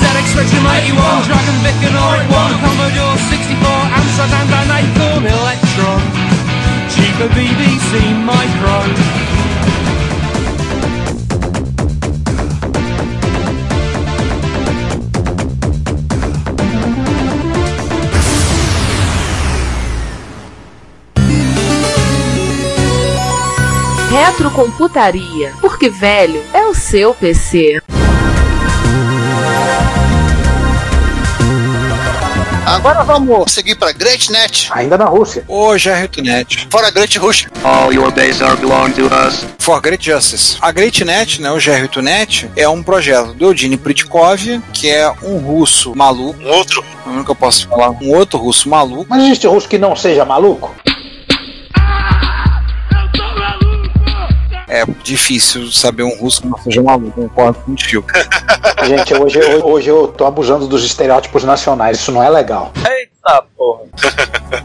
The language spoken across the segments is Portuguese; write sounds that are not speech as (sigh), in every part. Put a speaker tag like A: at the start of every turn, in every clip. A: ZX Spectrum 81, Dragon Vic and Oric 1, Commodore 64, Amstrad and 94, Electron, cheaper BBC Micro.
B: Retrocomputaria, porque velho é o seu PC.
C: Agora vamos seguir pra GreatNet,
D: Ainda na Rússia.
E: Hoje é RetoNet.
C: fora Great Rush.
F: All your base are belong to us.
E: For Great Justice. A GreatNet, né, hoje é RetoNet, é um projeto do Eugene Pritkov, que é um russo maluco,
F: Um outro.
E: como que eu posso falar, um outro russo maluco,
D: Mas existe russo que não seja maluco?
E: É difícil saber um russo que não seja maluco, concordo contigo.
D: Gente, hoje, hoje, hoje eu tô abusando dos estereótipos nacionais. Isso não é legal.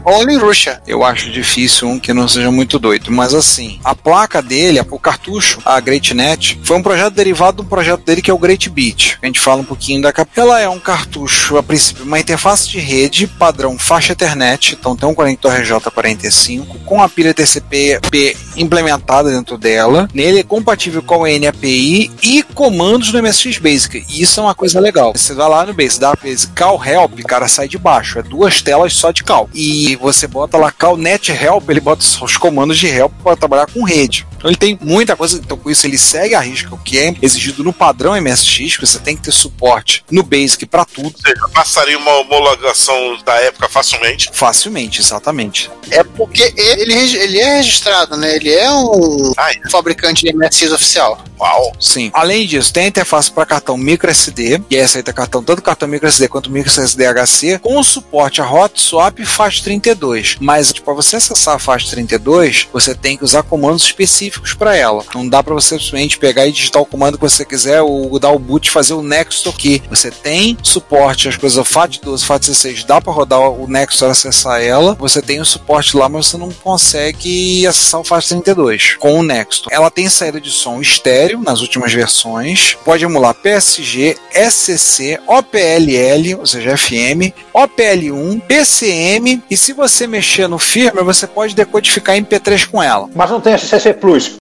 E: Only Russia. Eu acho difícil um que não seja muito doido. Mas assim, a placa dele, o cartucho, a GreatNet, foi um projeto derivado de um projeto dele que é o Great Beat. A gente fala um pouquinho da capa. Ela é um cartucho, a princípio, uma interface de rede padrão faixa Ethernet. Então tem um conector RJ45 com a pilha TCP/IP implementada dentro dela. Nele é compatível com a NAPI e comandos no MSX Basic. E isso é uma coisa legal. Você vai lá no Basic, dá Basic Call Help, cara, sai de baixo. É duas telas só de cal. E você bota lá cal net help, ele bota os comandos de help para trabalhar com rede. Então ele tem muita coisa, então com isso ele segue a risca, o que é exigido no padrão MSX, que você tem que ter suporte no Basic para tudo.
F: Ou seja, passaria uma homologação da época facilmente.
E: Facilmente, exatamente.
C: É porque ele, ele é registrado, né? Ele é um
F: Ah, é.
C: fabricante de MSX oficial.
F: Uau.
E: Sim. Além disso, tem a interface para cartão microSD, e essa aceita cartão tanto cartão microSD quanto microSD HC, com suporte a hot swap e fast 32. Mas para você acessar a fast 32, você tem que usar comandos específicos para ela. Não dá para você simplesmente pegar e digitar o comando que você quiser ou dar o boot e fazer o Nextor aqui. Você tem suporte às coisas FAT 12, FAT 16, dá para rodar o Nextor e acessar ela. Você tem o suporte lá, mas você não consegue acessar o FAT 32 com o Nextor. Ela tem saída de som estéreo nas últimas versões. Pode emular PSG, SCC, OPLL, ou seja, FM, OPL1, PCM e se você mexer no firmware, você pode decodificar MP3 com ela.
D: Mas não tem SCC Plus.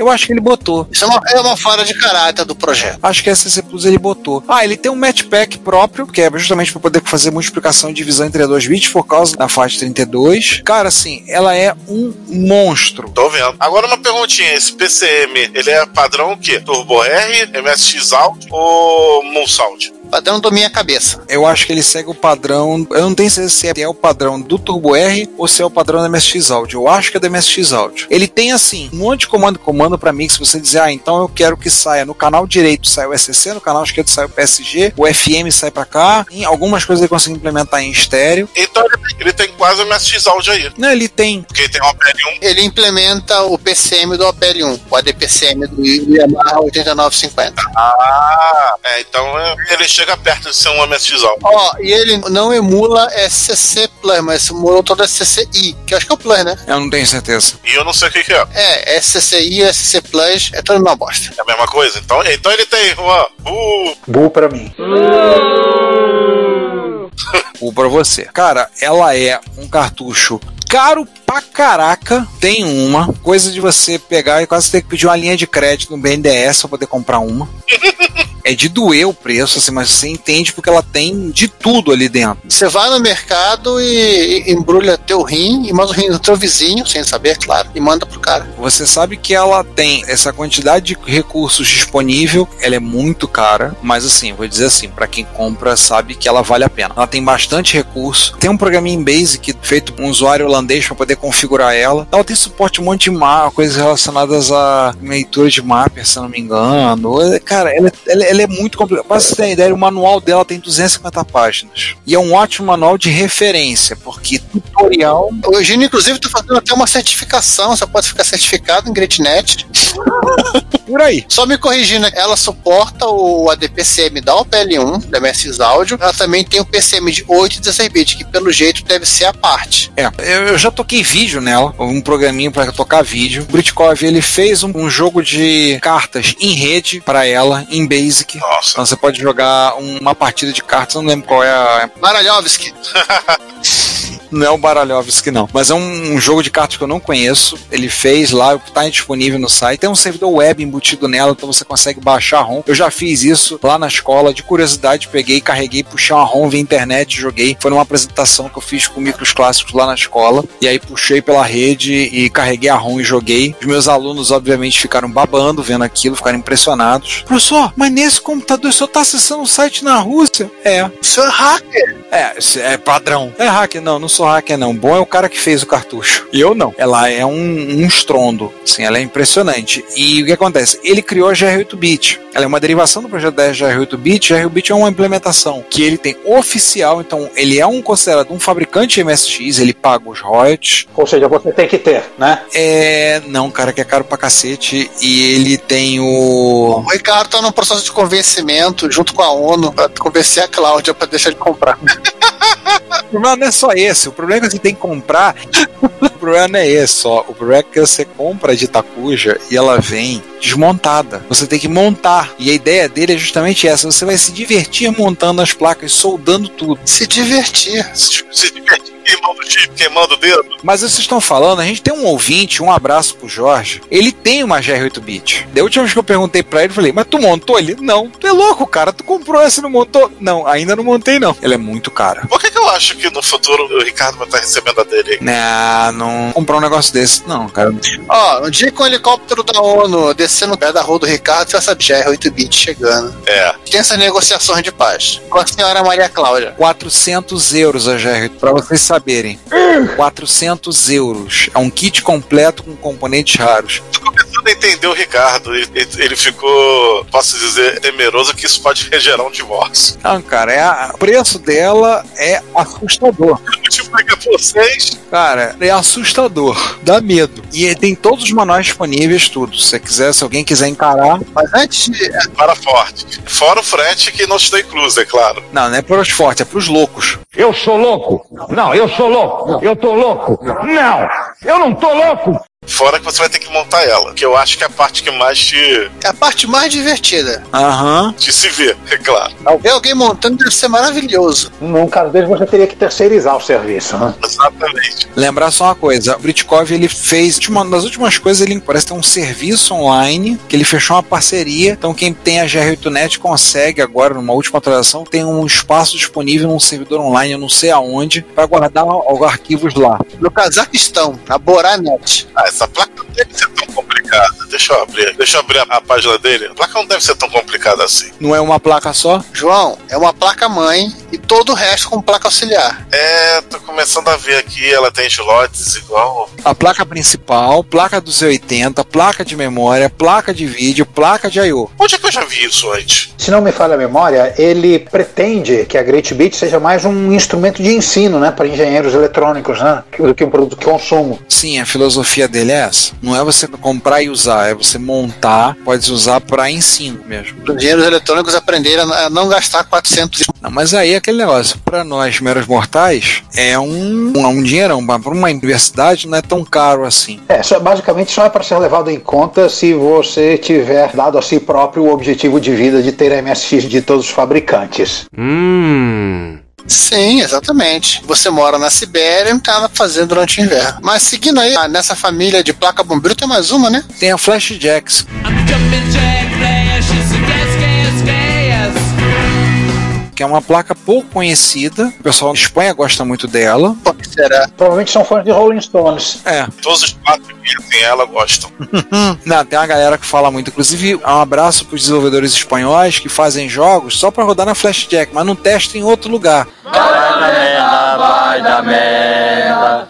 E: Eu acho que ele botou.
C: Isso é uma, é uma falha de caráter do projeto.
E: Acho que a SCC Plus ele botou. Ah, ele tem um match pack próprio, que é justamente para poder fazer multiplicação e divisão entre dois bits por causa da faixa 32. Cara, assim, ela é um monstro.
F: Tô vendo. Agora uma perguntinha, esse PCM, ele é padrão o quê? Turbo R, MSX Alt ou Moonsound?
C: Padrão do minha cabeça.
E: Eu acho que ele segue o padrão. Eu não tenho certeza se é o padrão do Turbo R ou se é o padrão da MSX Audio. Eu acho que é da MSX Audio. Ele tem, assim, um monte de comando comando para mim. que Se você dizer, ah, então eu quero que saia no canal direito sai o SCC, no canal esquerdo sai o PSG, o FM sai para cá. Em algumas coisas ele consegue implementar em estéreo.
F: Então ele tem, ele tem quase o MSX Alt aí.
E: Não, ele tem
F: Porque ele tem uma PL1.
C: Ele implementa o PCM do OPL1, o ADPCM do Yamaha 8950.
F: Ah, é, então é, ele chega perto de ser um MSX Alt.
C: Ó, e ele não emula SCC Plus, mas emulou todo SCCI, que eu acho que é o Plus, né?
E: Eu não tenho certeza.
F: E eu não sei o que, que é.
C: É, SCCI, SCC Plus, é tudo uma bosta.
F: É a mesma coisa? Então, então ele tem uma. Uh,
D: Bu pra mim.
E: Ou pra você. Cara, ela é um cartucho caro pra caraca. Tem uma coisa de você pegar e quase ter que pedir uma linha de crédito no BNDES pra poder comprar uma. É de doer o preço, assim, mas você entende porque ela tem de tudo ali dentro.
C: Você vai no mercado e, e embrulha teu rim e manda o rim do teu vizinho, sem saber, claro, e manda pro cara.
E: Você sabe que ela tem essa quantidade de recursos disponível, ela é muito cara, mas assim, vou dizer assim, pra quem compra sabe que ela vale a pena. Ela tem bastante recurso, tem um programinha em Basic feito por um usuário holandês pra poder configurar ela. Ela tem suporte a um monte de mapa, coisas relacionadas a leitura de mapper, se eu não me engano. Cara, ela, ela- ela é muito complicada. Pra você ter uma ideia, o manual dela tem 250 páginas. E é um ótimo manual de referência, porque Orião.
C: O Eugênio, inclusive, tá fazendo até uma certificação. Você pode ficar certificado em GridNet.
E: Por aí.
C: Só me corrigindo, né? ela suporta o ADPCM da OPL1, da MSX Audio. Ela também tem o PCM de 8 e 16 bits, que pelo jeito deve ser a parte.
E: É, eu, eu já toquei vídeo nela, um programinha pra tocar vídeo. O Britkov, ele fez um, um jogo de cartas em rede pra ela, em Basic.
F: Nossa.
E: Então você pode jogar um- uma partida de cartas, eu não lembro qual é a.
C: Maralhovski,
E: Não é o Baralhovski, não. Mas é um, um jogo de cartas que eu não conheço. Ele fez lá, tá disponível no site. Tem um servidor web embutido nela, então você consegue baixar a ROM. Eu já fiz isso lá na escola, de curiosidade, peguei, carreguei, puxei uma ROM via internet, joguei. Foi numa apresentação que eu fiz com micros clássicos lá na escola. E aí puxei pela rede e carreguei a ROM e joguei. Os meus alunos, obviamente, ficaram babando vendo aquilo, ficaram impressionados. Professor, mas nesse computador o senhor tá acessando um site na Rússia? É.
C: o senhor hacker.
E: É, isso é padrão. É hacker, não, não sou hacker, não. Bom é o cara que fez o cartucho. E eu não. Ela é um, um estrondo. Sim, ela é impressionante. E o que acontece? Ele criou a GR8-bit. Ela é uma derivação do projeto da GR8-bit. GR8-bit é uma implementação que ele tem oficial, então ele é um considerado um fabricante MSX, ele paga os royalties.
D: Ou seja, você tem que ter, né?
E: É. Não, cara, que é caro pra cacete. E ele tem o.
C: O Ricardo tá num processo de convencimento junto com a ONU pra convencer a Cláudia pra deixar de comprar.
E: O problema não é só esse. O problema é que você tem que comprar. (laughs) o problema não é esse só. O problema é que você compra de Itacuja e ela vem desmontada. Você tem que montar. E a ideia dele é justamente essa. Você vai se divertir montando as placas, soldando tudo.
C: Se divertir.
F: Se se divertir queimando o chip, queimando o dedo.
E: Mas vocês estão falando, a gente tem um ouvinte, um abraço pro Jorge. Ele tem uma GR8-bit. Da última vez que eu perguntei pra ele, eu falei, mas tu montou ele? Não. Tu é louco, cara. Tu comprou essa e não montou? Não, ainda não montei, não. Ela é muito cara.
F: Por que, que eu acho que no futuro o Ricardo vai estar recebendo a dele?
E: Não, não comprar um negócio desse, não, cara.
C: Ó, um dia com o helicóptero da ONU descendo o pé da rua do Ricardo, você sabe, já é 8 bits chegando.
F: É.
C: Tem essas negociações de paz com a senhora Maria Cláudia.
E: 400 euros a GR, pra vocês saberem. 400 euros. É um kit completo com componentes raros.
F: Tô começando a entender o Ricardo. Ele, ele- ele ficou, posso dizer, temeroso que isso pode gerar um divórcio. (laughs)
E: Não, cara, é a- o preço dela é assustador.
F: Eu multiplico por vocês.
E: Cara, é assustador. Dá medo. E ele tem todos os manuais disponíveis, tudo. Se você quiser, se alguém quiser encarar.
C: Mas antes, de-
F: Para forte. Fora o frete que não está incluso, é claro.
E: Não, não é para os fortes, é para os loucos.
G: Eu sou louco. Não, eu sou louco. Eu tô louco. Não, eu não tô louco.
F: Fora que você vai ter que montar ela. Que eu acho que é a parte que mais te,
C: é a parte mais divertida.
E: Aham.
F: te se vê, (laughs) é claro.
C: Ver alguém montando deve ser maravilhoso.
D: Num caso deles, você teria que terceirizar o serviço, né?
F: Exatamente.
E: Lembrar só uma coisa, o Britkov ele fez, uma das últimas coisas, ele parece ter um serviço online, que ele fechou uma parceria, então quem tem a GR8net consegue agora, numa última atualização, tem um espaço disponível num servidor online, eu não sei aonde, para guardar os arquivos lá.
C: No Cazaquistão, na Boranet.
F: Ah, essa placa não deve ser tão complicada. Deixa eu abrir. Deixa eu abrir a, a página dele. A placa não deve ser tão complicada assim.
E: Não é uma placa só?
C: João, é uma placa-mãe e todo o resto com placa auxiliar.
F: É, tô começando a ver aqui. Ela tem slots igual.
E: A placa principal, placa do Z80, placa de memória, placa de vídeo, placa de I.O.
F: Onde é que eu já vi isso antes?
D: Se não me falha a memória, ele pretende que a Great Beat seja mais um instrumento de ensino, né, para engenheiros eletrônicos, né, do que um produto de consumo.
E: Sim, a filosofia dele é essa. Não é você comprar e usar, é você montar, pode usar para ensino mesmo.
C: Os engenheiros eletrônicos aprenderam a não gastar 400
E: Não, mas aí é aquele negócio, pra nós meros mortais, é um, um, um dinheirão, mas pra uma universidade não é tão caro assim.
D: É, só- basicamente só é para ser levado em conta se você tiver dado a si próprio o objetivo de vida de ter MSX de todos os fabricantes.
C: Sim, exatamente. Você mora na Sibéria e não tem nada pra fazer durante o inverno. Mas seguindo aí, ah, nessa família de placa bombril tem mais uma, né?
E: Tem a Flashjacks, que é uma placa pouco conhecida, o pessoal da Espanha gosta muito dela.
C: Por que será?
D: Provavelmente são fãs de Rolling Stones.
E: É,
F: Todos os quatro que tem ela gostam.
E: (laughs) não, tem uma galera que fala muito, inclusive um abraço pros desenvolvedores espanhóis que fazem jogos só pra rodar na Flashjack, mas não testa em outro lugar.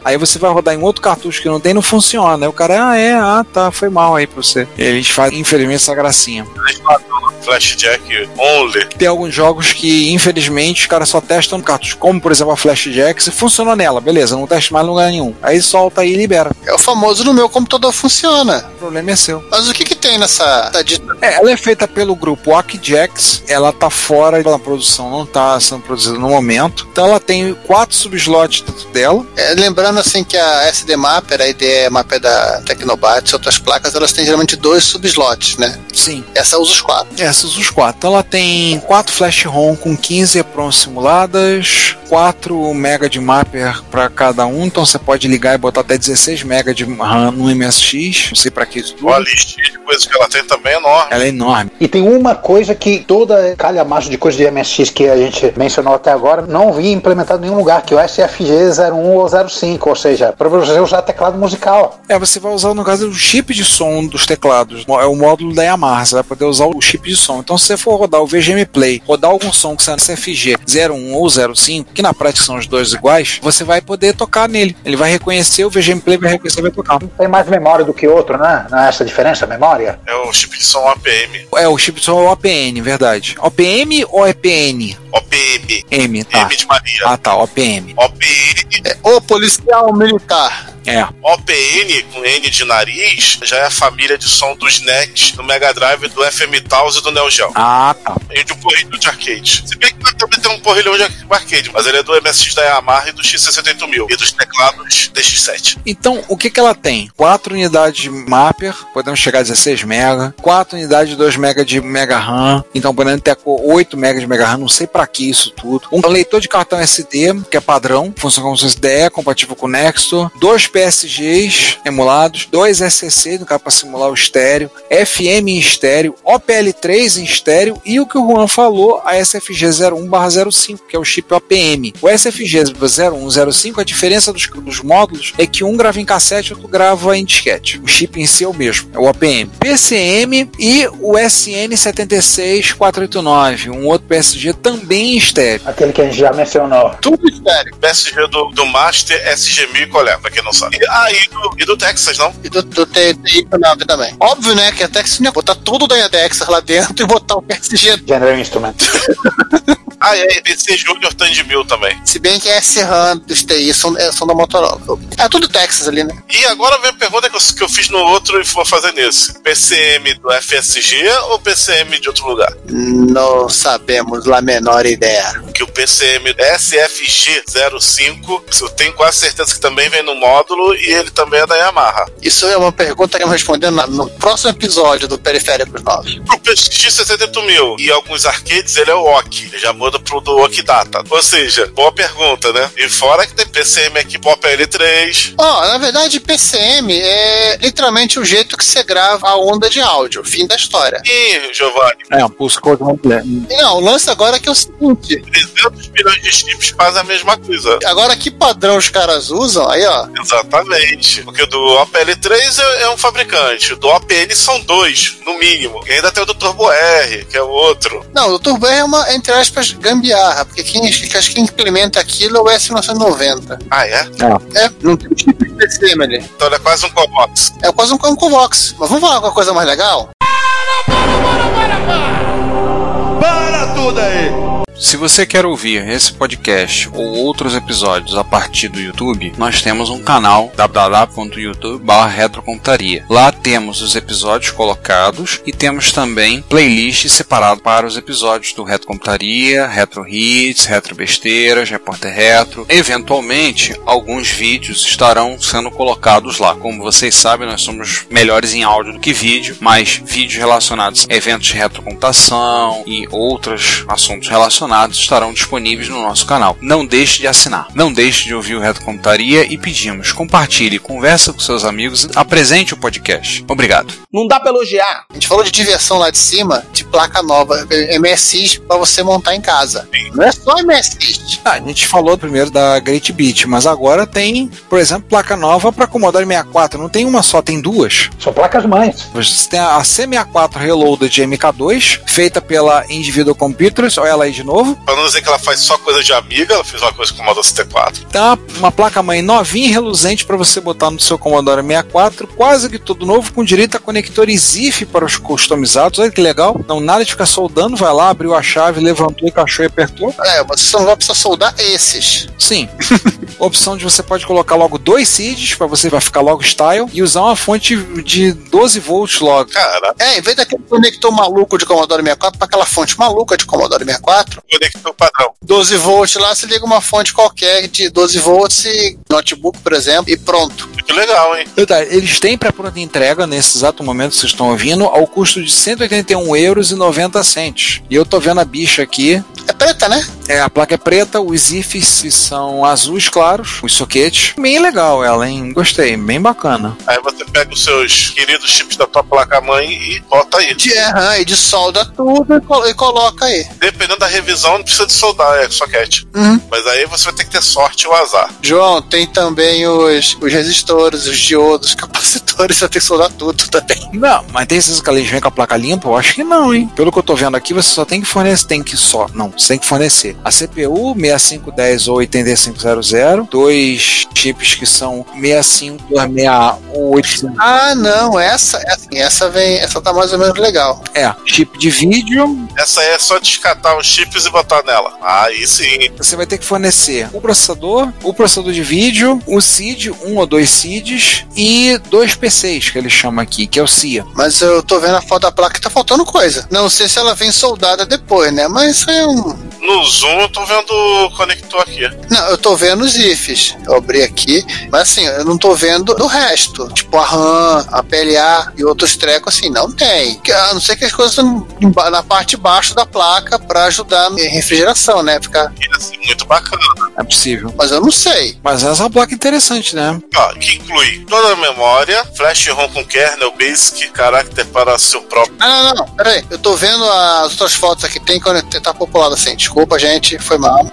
E: Aí você vai rodar em outro cartucho que não tem, não funciona. Aí o cara, ah, é, ah, tá, foi mal aí pra você. Eles fazem, infelizmente, essa gracinha.
F: Eles falam, Flashjack only.
E: Tem alguns jogos que, infelizmente, os caras só testam cartucho, como por exemplo a Flashjack. Se funcionou nela, beleza, não teste mais em lugar nenhum. Aí solta aí e libera.
C: É o famoso no meu computador funciona.
E: O problema é seu.
C: Mas o que que tem nessa tá dita?
E: É, ela é feita pelo grupo Akijax, ela tá fora da produção, não tá sendo produzida no momento. Então ela tem quatro subslots dentro dela.
C: É, lembrando assim que a SD Mapper, a ideia Mapper é da Tecnobytes, outras placas, elas têm geralmente dois subslots, né?
E: Sim.
C: Essa usa os quatro.
E: Essas os quatro. Então ela tem quatro flash ROM com 15 EPROM simuladas, 4 mega de mapper para cada um, então você pode ligar e botar até 16 mega de RAM no MSX, não sei para que isso tudo.
F: Olha, a listinha de coisas que ela tem também é enorme.
E: Ela é enorme.
D: E tem uma coisa que toda calhamaço de coisa de MSX que a gente mencionou até agora não vi implementado em nenhum lugar, que é o SFG 01 ou 05, ou seja, para você usar teclado musical.
E: É, você vai usar, no caso, o chip de som dos teclados. É o módulo da Yamaha, você vai poder usar o chip de som. Então, se você for rodar o VGM Play, rodar algum som que seja SFG 01 ou 05, que na prática são os dois iguais, você vai poder tocar nele. Ele vai reconhecer, o VGM Play vai reconhecer e vai tocar.
D: Tem mais memória do que outro, né? Não é essa a diferença, a memória?
F: É o chip de som APM.
E: É, o chip de som é o OPN, verdade. OPM ou EPN?
F: OPM.
E: M, tá.
F: M de Maria.
E: Ah, tá, OPM.
F: OPN.
C: É, o policial militar.
E: É.
F: OPN com N de nariz já é a família de som dos NECs, do Mega Drive, do FM Taus e do Neo Geo.
E: Ah, tá.
F: E de um porrilho de arcade. Se bem que lá também tem um porrilhão de arcade, mas ele é do MSX da Yamaha e do X68000 e dos teclados DX7.
E: Então, o que que ela tem? 4 unidades de mapper, podemos chegar a 16 mega, 4 unidades de 2 mega de mega RAM, então podemos ter 8 mega de mega RAM, não sei pra que isso tudo. Um leitor de cartão SD, que é padrão, funciona como se fosse DE, compatível com o Nexo, dois PSGs emulados, dois SCC, no caso para simular o estéreo, FM em estéreo, OPL3 em estéreo e o que o Juan falou, a SFG 01/05, que é o chip OPM. O SFG 0105, a diferença dos, dos módulos é que um grava em cassete e outro grava em disquete. O chip em si é o mesmo, é o OPM. PCM e o SN76489, um outro PSG também em estéreo.
D: Aquele que a gente já mencionou.
C: Tudo estéreo.
F: PSG do, do Master, SG1000 e Colé, pra quem não sabe. E, ah, e do, e do Texas, não?
C: E do, do TI-9 também. Óbvio, né, que a Texas não ia botar tudo da Texas lá dentro (laughs) e botar o PSG.
D: General Instrument.
F: Ah, é, PC Junior Tandemil também.
C: Se bem que esse RAM dos TI são, é, são da Motorola. É tudo Texas ali, né?
F: E agora vem a pergunta que eu, que eu fiz no outro e vou fazer nesse. PCM do FSG ou PCM de outro lugar?
C: Não sabemos lá a menor ideia.
F: Que o PCM SFG05, eu tenho quase certeza que também vem no módulo e ele também é da Yamaha.
C: Isso é uma pergunta que vamos responder na- no próximo episódio do Periféricos 9.
F: Pro PSX 68000 e alguns arcades ele é o OK. Ele já muda pro do OK Data. Ou seja, boa pergunta, né? E fora que tem PCM aqui pro L3.
C: Ó, na verdade, PCM é literalmente o jeito que você grava a onda de áudio. Fim da história.
F: Ih, Giovanni,
E: É, um pulso code completo.
C: E Não, o lance agora é que é o seguinte.
F: 300 milhões de chips fazem a mesma coisa.
C: Agora, que padrão os caras usam? Aí, ó.
F: Exatamente. Porque o do OPL3 é, é um fabricante. O do OPN são dois, no mínimo. E ainda tem o do Turbo R, que é o outro.
C: Não, o Turbo R é uma, entre aspas, gambiarra. Porque quem, acho que quem implementa aquilo é o S1990.
F: Ah, é?
C: É, não tem tipo de PCM ali.
F: Então ele é quase um Comox.
C: É quase um um Convox. Mas vamos falar uma coisa mais legal?
G: Para tudo aí!
E: Se você quer ouvir esse podcast ou outros episódios a partir do YouTube, nós temos um canal www.youtube.com/retrocomputaria. Lá temos os episódios colocados e temos também playlist separado para os episódios do Retro Computaria, Retro Hits, Retro Besteiras, Repórter Retro. Eventualmente, alguns vídeos estarão sendo colocados lá. Como vocês sabem, nós somos melhores em áudio do que vídeo, mas vídeos relacionados a eventos de retrocomputação e outros assuntos relacionados estarão disponíveis no nosso canal. Não deixe de assinar. Não deixe de ouvir o Retrocomputaria e pedimos, compartilhe, conversa com seus amigos e apresente o podcast. Obrigado.
H: Não dá pra elogiar.
C: A gente falou de diversão lá de cima, de placa nova, MSX pra você montar em casa. Não é só MSX.
E: Ah, a gente falou primeiro da Great Beat, mas agora tem, por exemplo, placa nova para Commodore 64. Não tem uma só, tem duas.
D: São placas mães.
E: Você tem a C64 Reloaded de MK2, feita pela Individual Computers, olha ela aí de novo. novo.
F: Pra não dizer que ela faz só coisa de amiga, ela fez uma coisa com o Commodore CT4.
E: Tá uma placa-mãe novinha e reluzente para você botar no seu Commodore 64, quase que todo novo, com direito a conectores ZIF para os customizados. Olha que legal. Não, nada de ficar soldando, vai lá, abriu a chave, levantou, encaixou e apertou.
C: É, você só não vai precisar soldar esses.
E: Sim. Opção de você pode colocar logo dois seeds para você vai ficar logo style e usar uma fonte de 12 volts logo.
F: Cara,
C: É, em vez daquele conector maluco de Commodore 64 pra aquela fonte maluca de Commodore 64,
F: conector padrão.
C: 12 volts lá, você liga uma fonte qualquer de 12 volts e notebook, por exemplo, e pronto.
F: Muito legal, hein?
E: Detalhe, tá, Eles têm para pronta entrega nesse exato momento que vocês estão ouvindo ao custo de 181 euros e 90 centes. E eu tô vendo a bicha aqui.
C: É preta, né?
E: É, a placa é preta, os ifs são azuis claros, os soquetes. Bem legal ela, hein? Gostei, bem bacana.
F: Aí você pega os seus queridos chips da tua placa-mãe e bota aí.
C: De, aham, e de solda tudo e, col- e coloca aí.
F: Dependendo da revisão, não precisa de soldar, é soquete.
C: Uhum.
F: Mas aí você vai ter que ter sorte ou azar.
C: João, tem também os, os resistores, os diodos, os (laughs) capacitores, você tem que soldar tudo também.
E: Não, mas tem certeza que eles vêm com a placa limpa? Eu acho que não, hein? Pelo que eu tô vendo aqui, você só tem que fornecer, tem que só, não, você tem que fornecer a CPU 6510 ou 8500, dois chips que são 6526 ou 800.
C: Ah, não, essa, essa, essa vem, essa tá mais ou menos legal.
E: É, chip de vídeo,
F: Essa aí é só descatar os chips e botar nela. Aí sim.
E: você vai ter que fornecer o processador, o processador de vídeo, o CID, um ou dois CIDs e dois PCs que ele chama aqui, que é o CIA.
C: Mas eu tô vendo a foto da placa e tá faltando coisa. Não sei se ela vem soldada depois, né? Mas isso é um.
F: No Zoom eu tô vendo o conector aqui.
C: Não, eu tô vendo os IFs. Eu abri aqui, mas assim, eu não tô vendo o resto. Tipo a RAM, a PLA e outros trecos assim, não tem. Que- A não ser que as coisas estão emba- na parte de baixo da placa pra ajudar na refrigeração, né? Ficar...
F: Ia ser assim, muito bacana.
E: É possível.
C: Mas eu não sei.
E: Mas essa é uma placa interessante, né?
F: Ó, que inclui toda a memória, flash ROM com kernel, basic, caráter para seu próprio.
C: Ah, não, não, não. Peraí. Eu tô vendo as outras fotos aqui. Tem quando tá populado assim. Desculpa, gente. Foi mal.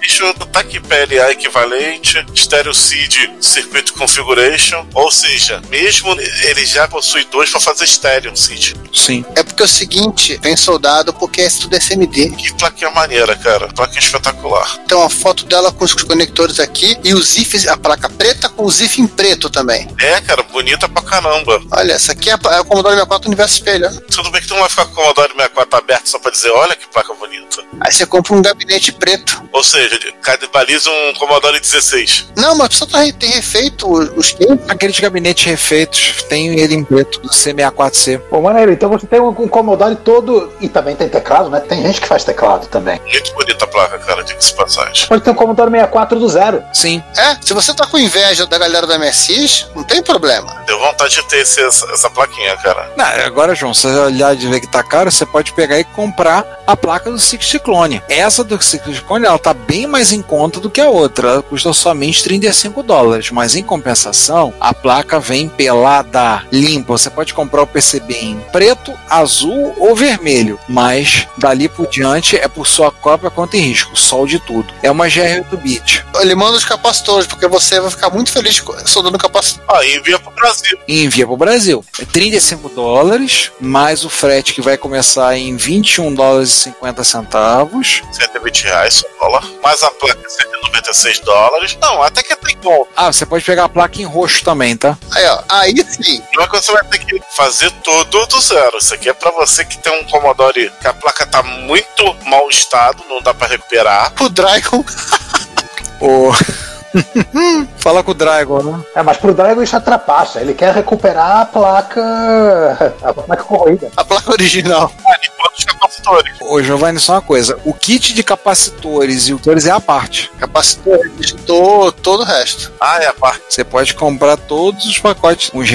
F: Deixa eu botar aqui PLA equivalente, Stereo seed, Circuit Configuration. Ou seja, mesmo ele já possui dois para fazer Stereo seed.
E: Sim.
C: É porque é o seguinte, vem soldado porque é tudo SMD.
F: Que plaquinha maneira, cara. Plaquinha espetacular.
C: Tem uma Então, foto dela com os conectores aqui e o zif, a placa preta com o zif em preto também.
F: É, cara, bonita pra caramba.
C: Olha, essa aqui é, a- é o Commodore 64 Universo Espelho. ó.
F: Tudo bem que tu não vai ficar com o Commodore 64 aberto só pra dizer, olha que placa bonita.
C: Aí você compra um gabinete preto.
F: Ou seja, ele canibaliza um Commodore 16.
C: Não, mas só tá, re- tem refeito os, os que-
E: Aqueles gabinetes refeitos, tem ele em preto do C64C.
D: Pô, maneiro, então você tem um, um Commodore todo. E também tem teclado, né? Tem gente que faz teclado também.
F: Muito bonita a placa, cara, diga-se de passagem.
D: Pode ter um Commodore 64 do zero.
E: Sim.
C: É, se você tá com inveja da galera da MSX, não tem problema.
F: Deu vontade de ter esse- essa, essa plaquinha, cara.
E: Não, agora, João, se você olhar e ver que tá caro, você pode pegar e comprar a placa do Six Ciclone. Essa do Six Ciclone, ela tá bem mais em conta do que a outra. Ela custa somente 35 dólares, mas em compensação, a placa vem pelada, limpa. Você pode comprar o PCB em preto, azul ou vermelho, mas dali por diante é por sua própria conta e risco, sol de tudo. É uma GR8-bit.
C: Ele manda os capacitores, porque você vai ficar muito feliz co- soldando capacitor.
F: Ah, e envia pro Brasil.
E: e envia para o Brasil. É 35 dólares, mais o frete que vai começar em 21 dólares e 50 centavos.
F: 120 reais, só dólar. Mais a placa, é 196 dólares. Não, até que tem bom.
E: Ah, você pode pegar a placa em roxo também, tá?
C: Aí, ó, aí sim. (laughs)
F: Não é que você vai ter que fazer tudo do zero. Isso aqui é pra você que tem um Commodore que a placa tá muito mal estado, não dá pra recuperar.
C: O Dragon.
E: O... (laughs) Fala com o Dragon, né?
D: É, mas pro Dragon isso atrapalha. Ele quer recuperar a placa. (laughs) a placa corroída.
C: A placa original.
F: E quantos capacitores?
E: Ô, Giovanni, só uma coisa. O kit de capacitores e utores é à parte.
C: Capacitor, resistor, todo o resto.
F: Ah, é a parte.
E: Você pode comprar todos os pacotes, os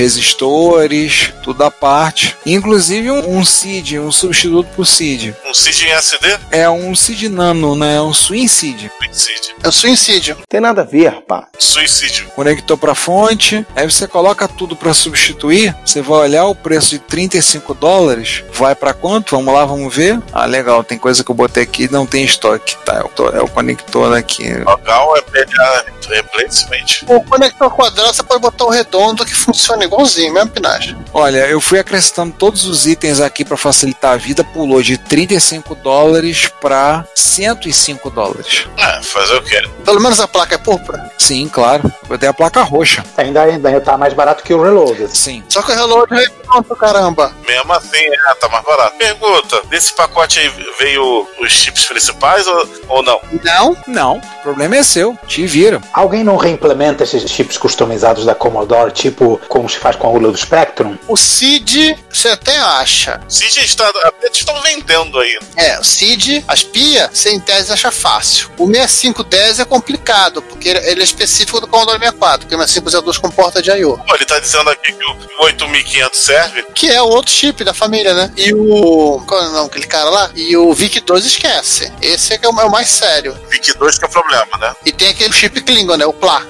E: resistores, tudo à parte. Inclusive um, um CID, um substituto pro CID.
F: Um CID em SD?
E: É um CID nano, né? É um Swing CID.
F: Um CID.
C: É o suicídio.
H: Tem nada a ver. Serpa.
F: Suicídio.
E: Conectou pra fonte, aí você coloca tudo pra substituir. Você vai olhar o preço de 35 dólares, vai pra quanto? Vamos lá, vamos ver. Ah, legal, tem coisa que eu botei aqui e não tem estoque. Tá, é o, to- é o conector aqui.
F: Local é pegar replacement.
C: O conector quadrado você pode botar o redondo que funciona igualzinho, mesmo pinagem.
E: Olha, eu fui acrescentando todos os itens aqui pra facilitar a vida, pulou de 35 dólares pra 105 dólares.
F: É, fazer o quê?
C: Pelo menos a placa é púrpura.
E: Sim, claro. Eu dei a placa roxa.
D: Ainda, ainda tá mais barato que o Reloaded.
E: Sim.
C: Só que o relógio é pronto, caramba.
F: Mesmo assim, é, tá mais barato. Pergunta: nesse pacote aí veio os chips principais ou, ou não?
C: Não?
E: Não, o problema é seu. Te vira.
D: Alguém não reimplementa esses chips customizados da Commodore, tipo como se faz com a agulha do Spectrum?
C: O CID você até acha.
F: Cid está. tá, Até te estão vendendo aí.
C: É, o CID, as PIA, você em tese acha fácil. O 6510 é complicado, porque ele ele é específico do Commodore 64, porque o 6502 é com porta de I.O.
F: Pô, ele tá dizendo aqui que o 8500 serve.
C: que é o outro chip da família, né? E o. Qual é o nome daquele cara lá? E o VIC-2 esquece. Esse é, que é o é o mais sério.
F: VIC 2 que é o problema, né?
C: E tem aquele chip Klingon, né? O PLA,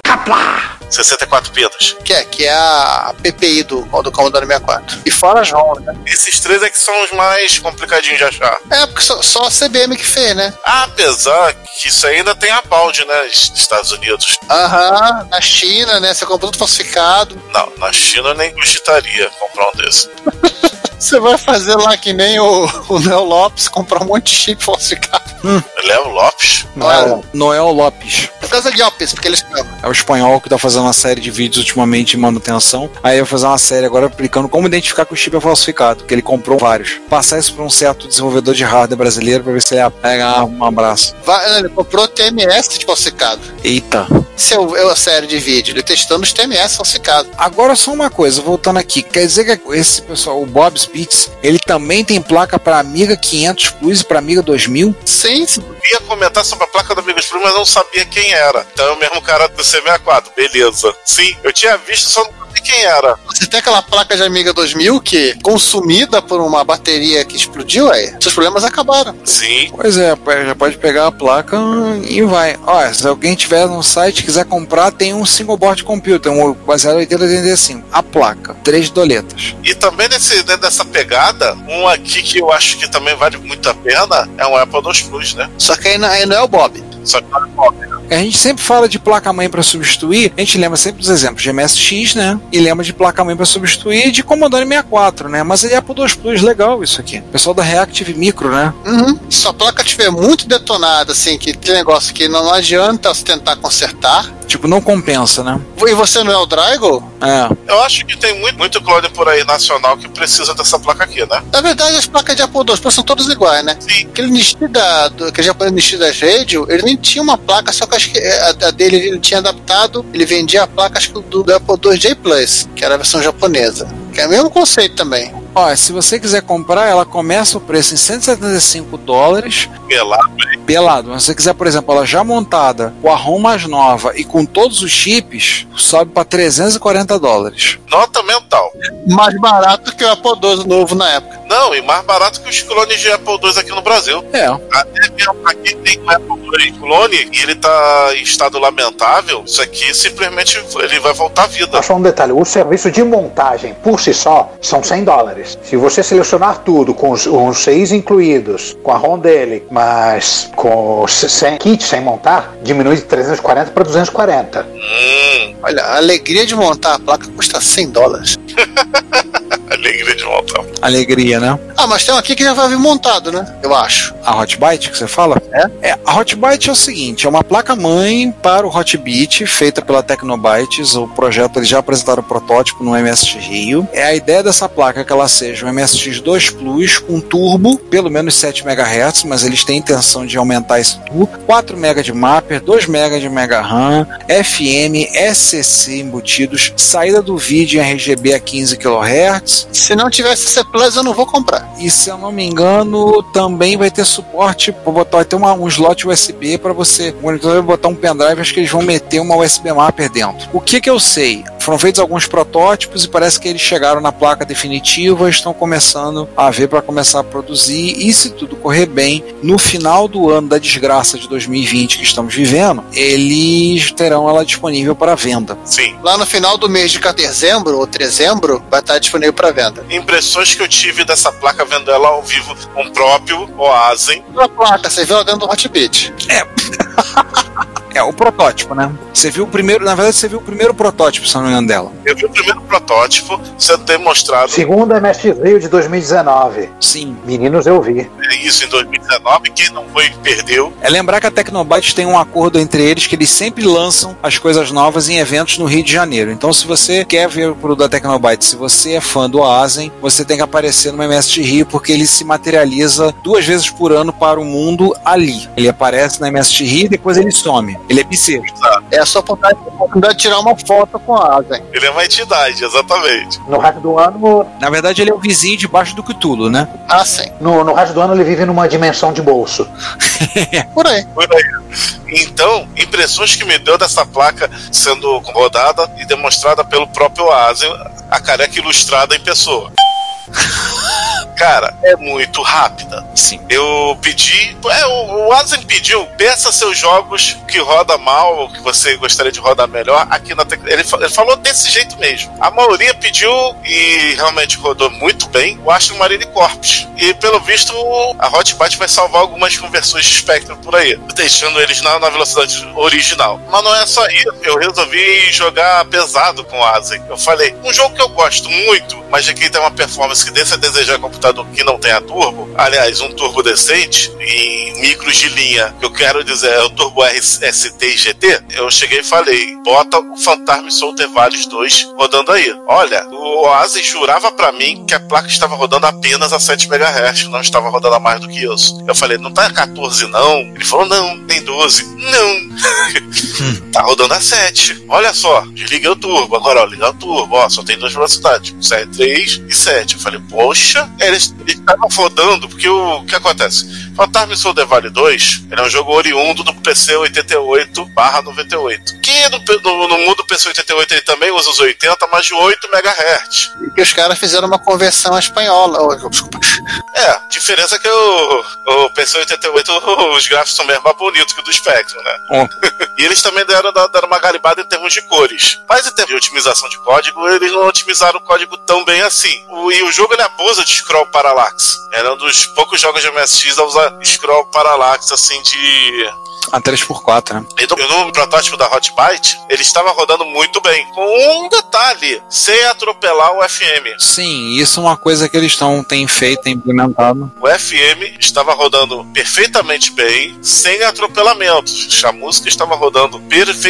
F: 64 pinos.
C: que é, que é a PPI do, do Commodore 64. E fora as ROM, né?
F: Esses três é que são os mais complicadinhos de achar.
C: É, porque só, só a CBM que fez, né?
F: Apesar que isso ainda tem a balde, né? es- Estados Unidos.
C: Aham, na China, né? Você compra tudo falsificado.
F: Não, na China eu nem cogitaria comprar um desse.
C: Você vai fazer lá que nem o, o Neo Lopes, comprar um monte de chip falsificado.
F: Léo Lopes?
D: Não é,
C: Claro.
E: Noel Lopes.
C: Por causa de Lopes, porque eles chamam.
E: É o espanhol que tá fazendo uma série de vídeos ultimamente de manutenção. Aí eu vou fazer uma série agora explicando como identificar que o chip é falsificado, que ele comprou vários. Passar isso pra um certo desenvolvedor de hardware brasileiro pra ver se ele pega um abraço.
C: Vai, ele comprou TMS de falsificado.
E: Eita.
C: Isso é, o- é a série de vídeo, ele testando os TMS falsificados.
E: Agora só uma coisa, voltando aqui. Quer dizer que esse pessoal, o Bob Spitz, ele também tem placa pra Amiga 500 Plus e pra Amiga 2000?
C: Sim, sim.
F: Eu ia comentar sobre a placa do Amigos Plus, mas não sabia quem era. Então é o mesmo cara do C64, beleza. Sim, eu tinha visto, só não sabia quem era.
C: Você tem aquela placa de Amiga 2000 que, consumida por uma bateria que explodiu, aí, seus problemas acabaram.
F: Sim,
E: Pois é, pô, já pode pegar a placa e vai. Olha, se alguém tiver no site e quiser comprar, tem um single board computer, um baseado em 8085. A placa, três doletas.
F: e também nesse, né, nessa pegada, um aqui que eu acho que também vale muito a pena é um Apple II Plus, né?
C: Só que aí não, aí não é o Bob.
F: Só que não é pop.
E: A gente sempre fala de placa-mãe para substituir, a gente lembra sempre dos exemplos de MSX, né? E lembra de placa-mãe para substituir e de Commodore 64, né? Mas ele é Apple II Plus, legal isso aqui. Pessoal da Reactive Micro, né?
C: Uhum. Se a placa estiver muito detonada, assim, que tem negócio que não adianta você tentar consertar,
E: Tipo, não compensa, né?
C: e você não é o Drago,
E: É.
F: Eu acho que tem muito, muito clone por aí nacional que precisa dessa placa aqui, né?
C: na verdade as placas de Apple II Plus são todas iguais, né?
F: Sim.
C: Aquele Nishida, do- aquele japonês Nishida Radio, ele nem tinha uma placa, só que acho que eh, a, a dele ele tinha adaptado, ele vendia a placa acho que do, do Apple II J Plus, que era a versão japonesa. Que é o mesmo conceito também.
E: Ó, se você quiser comprar, ela começa o preço em 175 dólares,
F: Porque é lá
E: pelado. Mas se você quiser, por exemplo, ela já montada, com a ROM mais nova e com todos os chips, sobe para 340 dólares.
F: Nota mental.
C: mais barato que o Apple II novo na época.
F: Não, e mais barato que os clones de Apple II aqui no Brasil.
E: É,
F: Até mesmo aqui tem um Apple II clone e ele tá em estado lamentável. Isso aqui simplesmente ele vai voltar à vida.
D: Ah, Só um detalhe, o serviço de montagem por si só são 100 dólares. Se você selecionar tudo, com os, os seis incluídos, com a ROM dele, mas com o se- sem, kit sem montar, diminui de 340 para 240.
F: Hum,
C: Olha, a alegria de montar a placa custa 100 dólares.
F: alegria de voltar.
E: alegria, né?
C: Ah, mas tem um aqui que já vai vir montado, né? Eu acho.
E: A Hotbyte que você fala? É. a Hotbyte é o seguinte, é uma placa-mãe para o Hotbit, feita pela Tecnobytes, o projeto, eles já apresentaram o protótipo no MSX Rio. É a ideia dessa placa é que ela seja um MSX 2 Plus com turbo, pelo menos 7 MHz, mas eles têm intenção de aumentar esse turbo, 4 MB de mapper, 2 MB de Mega RAM, FM, SCC embutidos, saída do vídeo em RGB a 15 kHz,
C: Se não tivesse C Plus, eu não vou comprar.
E: e se eu não me engano, também vai ter suporte para botar vai ter uma, um slot um USB para você o monitor vai botar um pendrive, acho que eles vão meter uma USB mapper dentro. O que que eu sei? Foram feitos alguns protótipos e parece que eles chegaram na placa definitiva, estão começando a ver para começar a produzir. E se tudo correr bem, no final do ano da desgraça de 2020 que estamos vivendo, eles terão ela disponível para venda.
F: Sim.
C: Lá no final do mês de dezembro ou trezembro, vai estar disponível para venda.
F: Impressões que eu tive dessa placa vendo ela ao vivo, um próprio Oasen.
C: Uma placa, você viu ela dentro do Hotbit.
E: É o protótipo, né? Você viu o primeiro, na verdade, você viu o primeiro protótipo, se eu não me engano, dela.
F: Eu vi o primeiro protótipo sendo demonstrado
D: Segundo MSX Rio de 2019.
E: Sim.
D: Meninos, eu vi.
F: é, isso em 2019. Quem não foi, perdeu.
E: É lembrar que a Tecnobyte tem um acordo entre eles que eles sempre lançam as coisas novas em eventos no Rio de Janeiro. Então, se você quer ver o produto da Tecnobyte, se você é fã do Oasen, você tem que aparecer no MSX Rio porque ele se materializa duas vezes por ano para o mundo ali. Ele aparece na MSX Rio e depois ele some. Ele é bissexto.
C: É só apontar a oportunidade de tirar uma foto com a asa. hein?
F: Ele é uma entidade, exatamente.
D: No resto do ano,
E: Na verdade, ele é o vizinho debaixo do Cthulhu, né?
C: Ah, sim.
D: no, no resto do ano ele vive numa dimensão de bolso.
C: Por aí.
F: Por aí. Então, impressões que me deu dessa placa sendo rodada e demonstrada pelo próprio Oasen, a careca ilustrada em pessoa. (laughs) Cara, é muito rápida.
E: Sim.
F: Eu pedi. É, o, o Asen pediu, peça seus jogos que roda mal, ou que você gostaria de rodar melhor, aqui na Tec- ele, fa- ele falou desse jeito mesmo. A maioria pediu e realmente rodou muito bem o Astro Marine Corps. E pelo visto, a Hotbot vai salvar algumas conversões de Spectrum por aí, deixando eles na, na velocidade original. Mas não é só isso. Eu resolvi jogar pesado com o Asen. Eu falei, um jogo que eu gosto muito, mas de quem tem uma performance que deixa a desejar em computador que não tenha turbo, aliás, um turbo decente em micros de linha, que eu quero dizer é o Turbo RST e GT, eu cheguei e falei, bota o Fantasma Solter Valles 2 rodando aí. Olha, o Oasis jurava pra mim que a placa estava rodando apenas a 7 MHz, não estava rodando a mais do que isso. Eu falei, não tá a 14 não? Ele falou, não, tem 12. Não, tá rodando a 7. Olha só, desliguei o turbo. Agora, ó, ligar o turbo, ó, só tem duas velocidades, tipo, 3 e 7. Eu falei, poxa, É, eles estavam rodando, porque o que acontece? Fantasma Soldier Valley 2 ele é um jogo oriundo do PC 88/98, que no, pe- no- no mundo PC 88 ele também usa os 80, mas de 8 MHz.
C: E que os caras fizeram uma conversão à espanhola. Oh, desculpa.
F: É, a diferença é que o, o PC 88 (laughs) os gráficos são mesmo mais bonitos que o do Spectrum, né? (laughs) E eles também deram, deram uma garibada em termos de cores. Mas em termos de otimização de código, eles não otimizaram o código tão bem assim. O- e o jogo ele abusa de scroll parallax. Era um dos poucos jogos de MSX a usar scroll parallax, assim, de
E: A 3x4, né?
F: então, no protótipo da Hot Byte, ele estava rodando muito bem. Com um detalhe: sem atropelar o FM.
E: Sim, isso é uma coisa que eles estão têm feito, têm implementado.
F: O FM estava rodando perfeitamente bem, sem atropelamentos. A música estava rodando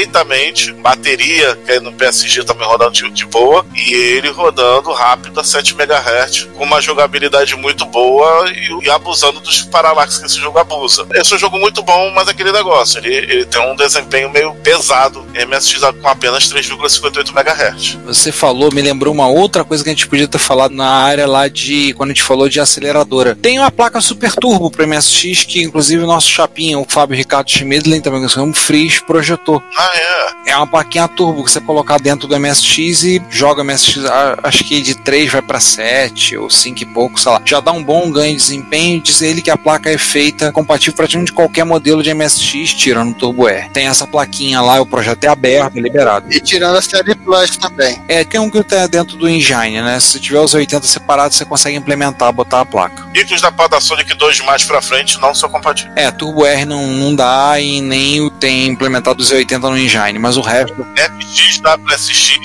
F: perfeitamente. Bateria, que aí no PSG também rodando de, de boa. E ele rodando rápido a 7 MHz, com uma jogabilidade muito boa e, e abusando dos paralax que esse jogo abusa. Esse é um jogo muito bom, mas é aquele negócio. Ele, ele tem um desempenho meio pesado, MSX com apenas 3,58 MHz.
E: Você falou, me lembrou uma outra coisa que a gente podia ter falado na área lá de. quando a gente falou de aceleradora. Tem uma placa Super Turbo pro MSX que, inclusive, o nosso chapinha, o Fábio Ricardo Schmidlin, também conhecido como Frizz, projetou.
F: Ah, é.
E: É uma plaquinha turbo que você colocar dentro do MSX e joga o MSX, a- acho que de 3 vai pra 7 ou 5 e pouco, sei lá. Já dá um bom ganho de desempenho. Diz ele que a placa é feita compatível praticamente de qualquer modelo de MSX, tirando o Turbo R. Tem essa plaquinha lá, o projeto é aberto, é liberado.
C: E tirando a série Plus também.
E: É, tem um que tá dentro do engine, né? Se tiver os 80 separados, você consegue implementar, botar a placa.
F: Micros da Panasonic 2 mais pra frente não são compatíveis.
E: É, Turbo R não, não dá e nem o tem implementado os 80 no engine, mas o resto.
F: FX, WSX,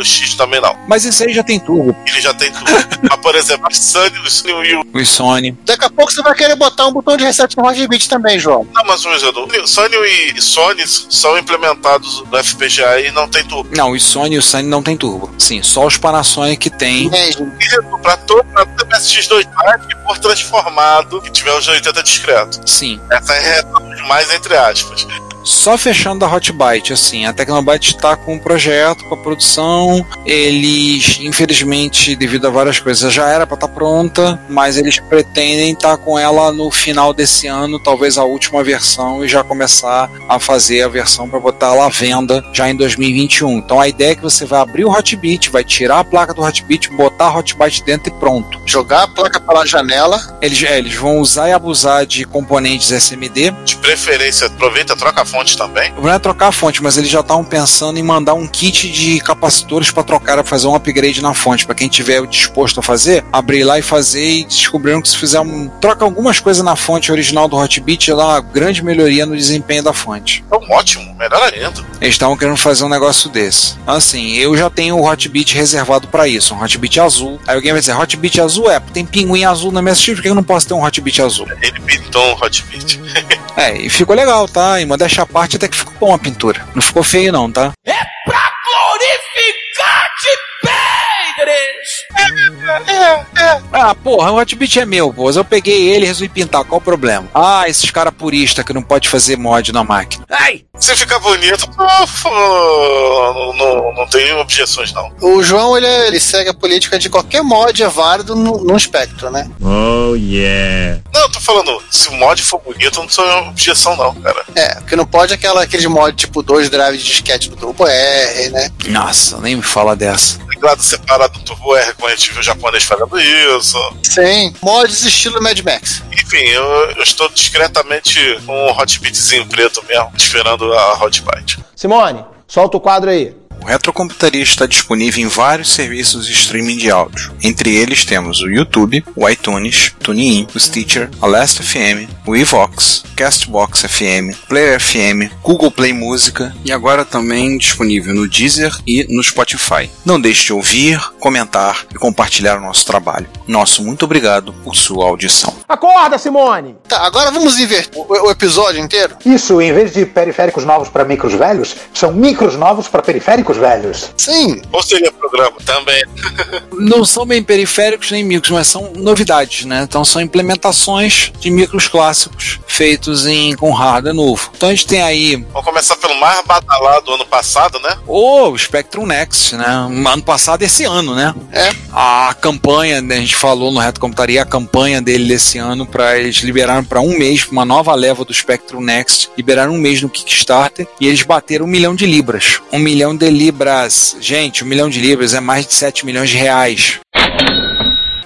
F: WX também não.
E: Mas isso aí já tem turbo.
F: Ele já tem tudo. Mas, por exemplo, a Sunny, o Sunny e o.
E: Os Sony.
C: Daqui a pouco você vai querer botar um botão de reset no Hotbit também, João.
F: Não, mas um exemplo. o Sunny e Sony são implementados no FPGA e não tem tudo.
E: Não, os Sony e o Sony não tem turbo. Sim, só os Panasonic que tem.
C: Engine.
F: Isso pra todo pra todo MSX2 mais que for transformado que tiver os 80 discreto.
E: Sim.
F: Essa é a regra mais entre aspas.
E: Só fechando a Hotbyte, assim, a Tecnobyte está com um projeto para produção. Eles, infelizmente, devido a várias coisas, já era para estar pronta, mas eles pretendem estar com ela no final desse ano, talvez a última versão, e já começar a fazer a versão para botar ela à venda já em 2021. Então a ideia é que você vai abrir o Hotbit, vai tirar a placa do Hotbit, botar a Hotbyte dentro e pronto.
C: Jogar a placa pela janela.
E: Eles, é, eles vão usar e abusar de componentes SMD.
F: De preferência, aproveita, troca a fonte também.
E: Não é trocar a fonte, mas eles já estavam pensando em mandar um kit de capacitores para trocar, para fazer um upgrade na fonte. Para quem tiver disposto a fazer, abrir lá e fazer. E descobriram que se fizer um. Troca algumas coisas na fonte original do Hotbit, ela uma grande melhoria no desempenho da fonte.
F: É um ótimo, melhor ainda.
E: Eles estavam querendo fazer um negócio desse. Assim, eu já tenho o Hotbit reservado para isso, um Hotbit azul. Aí alguém vai dizer: Hotbit azul é, tem pinguim azul na minha assistida, por que eu não posso ter um Hotbit azul?
F: Ele pintou um Hotbit.
E: É, e ficou legal, tá? E modéstia à parte, até que ficou bom a pintura. Não ficou feio, não, tá?
A: É pra glorificar de Pegres!
E: Ah, porra, o Hotbit é meu, pô. Eu peguei ele e resolvi pintar, qual o problema? Ah, esses cara purista que não pode fazer mod na máquina.
A: Ai!
F: Se ficar bonito, uf, não, não, não tenho objeções, não.
C: O João, ele, é- ele segue a política de qualquer mod é válido no, no espectro, né?
F: Não, eu tô falando, se o mod for bonito, eu não sou objeção, não, cara.
C: É, porque não pode aquela, aqueles mods tipo dois drives de disquete do Turbo R, né?
E: Nossa, nem me fala dessa.
F: Teclado separado do Turbo R, quando a gente viu o japonês fazendo isso.
C: Sim. Mods estilo Mad Max.
F: Enfim, eu, eu estou discretamente com um hotbitzinho preto mesmo, esperando a hotbite.
H: Simone, solta o quadro aí.
E: O Retrocomputaria está disponível em vários serviços de streaming de áudio. Entre eles temos o YouTube, o iTunes, o TuneIn, o Stitcher, a Last FM, o Evox, Castbox FM, Player FM, Google Play Música e agora também disponível no Deezer e no Spotify. Não deixe de ouvir, comentar e compartilhar o nosso trabalho. Nosso muito obrigado por sua audição.
H: Acorda, Simone!
C: Tá, agora vamos inverter o, o episódio inteiro?
D: Isso, em vez de periféricos novos para micros velhos, são micros novos para periféricos velhos.
C: Sim.
F: Ou seria programa também?
E: Não são bem periféricos nem micros, mas são novidades, né? Então são implementações de micros clássicos feitos em com hardware novo. Então a gente tem aí
F: Vamos começar pelo mais badalado do ano passado, né?
E: o Spectrum Next, né? Ano passado, esse ano, né?
C: É.
E: A campanha, né, a gente falou no Reto Computaria, a campanha dele desse ano, para eles liberaram para um mês, uma nova leva do Spectrum Next, liberaram um mês no Kickstarter e eles bateram um milhão de libras. Um milhão de libras, gente, um milhão de libras é mais de 7 milhões de reais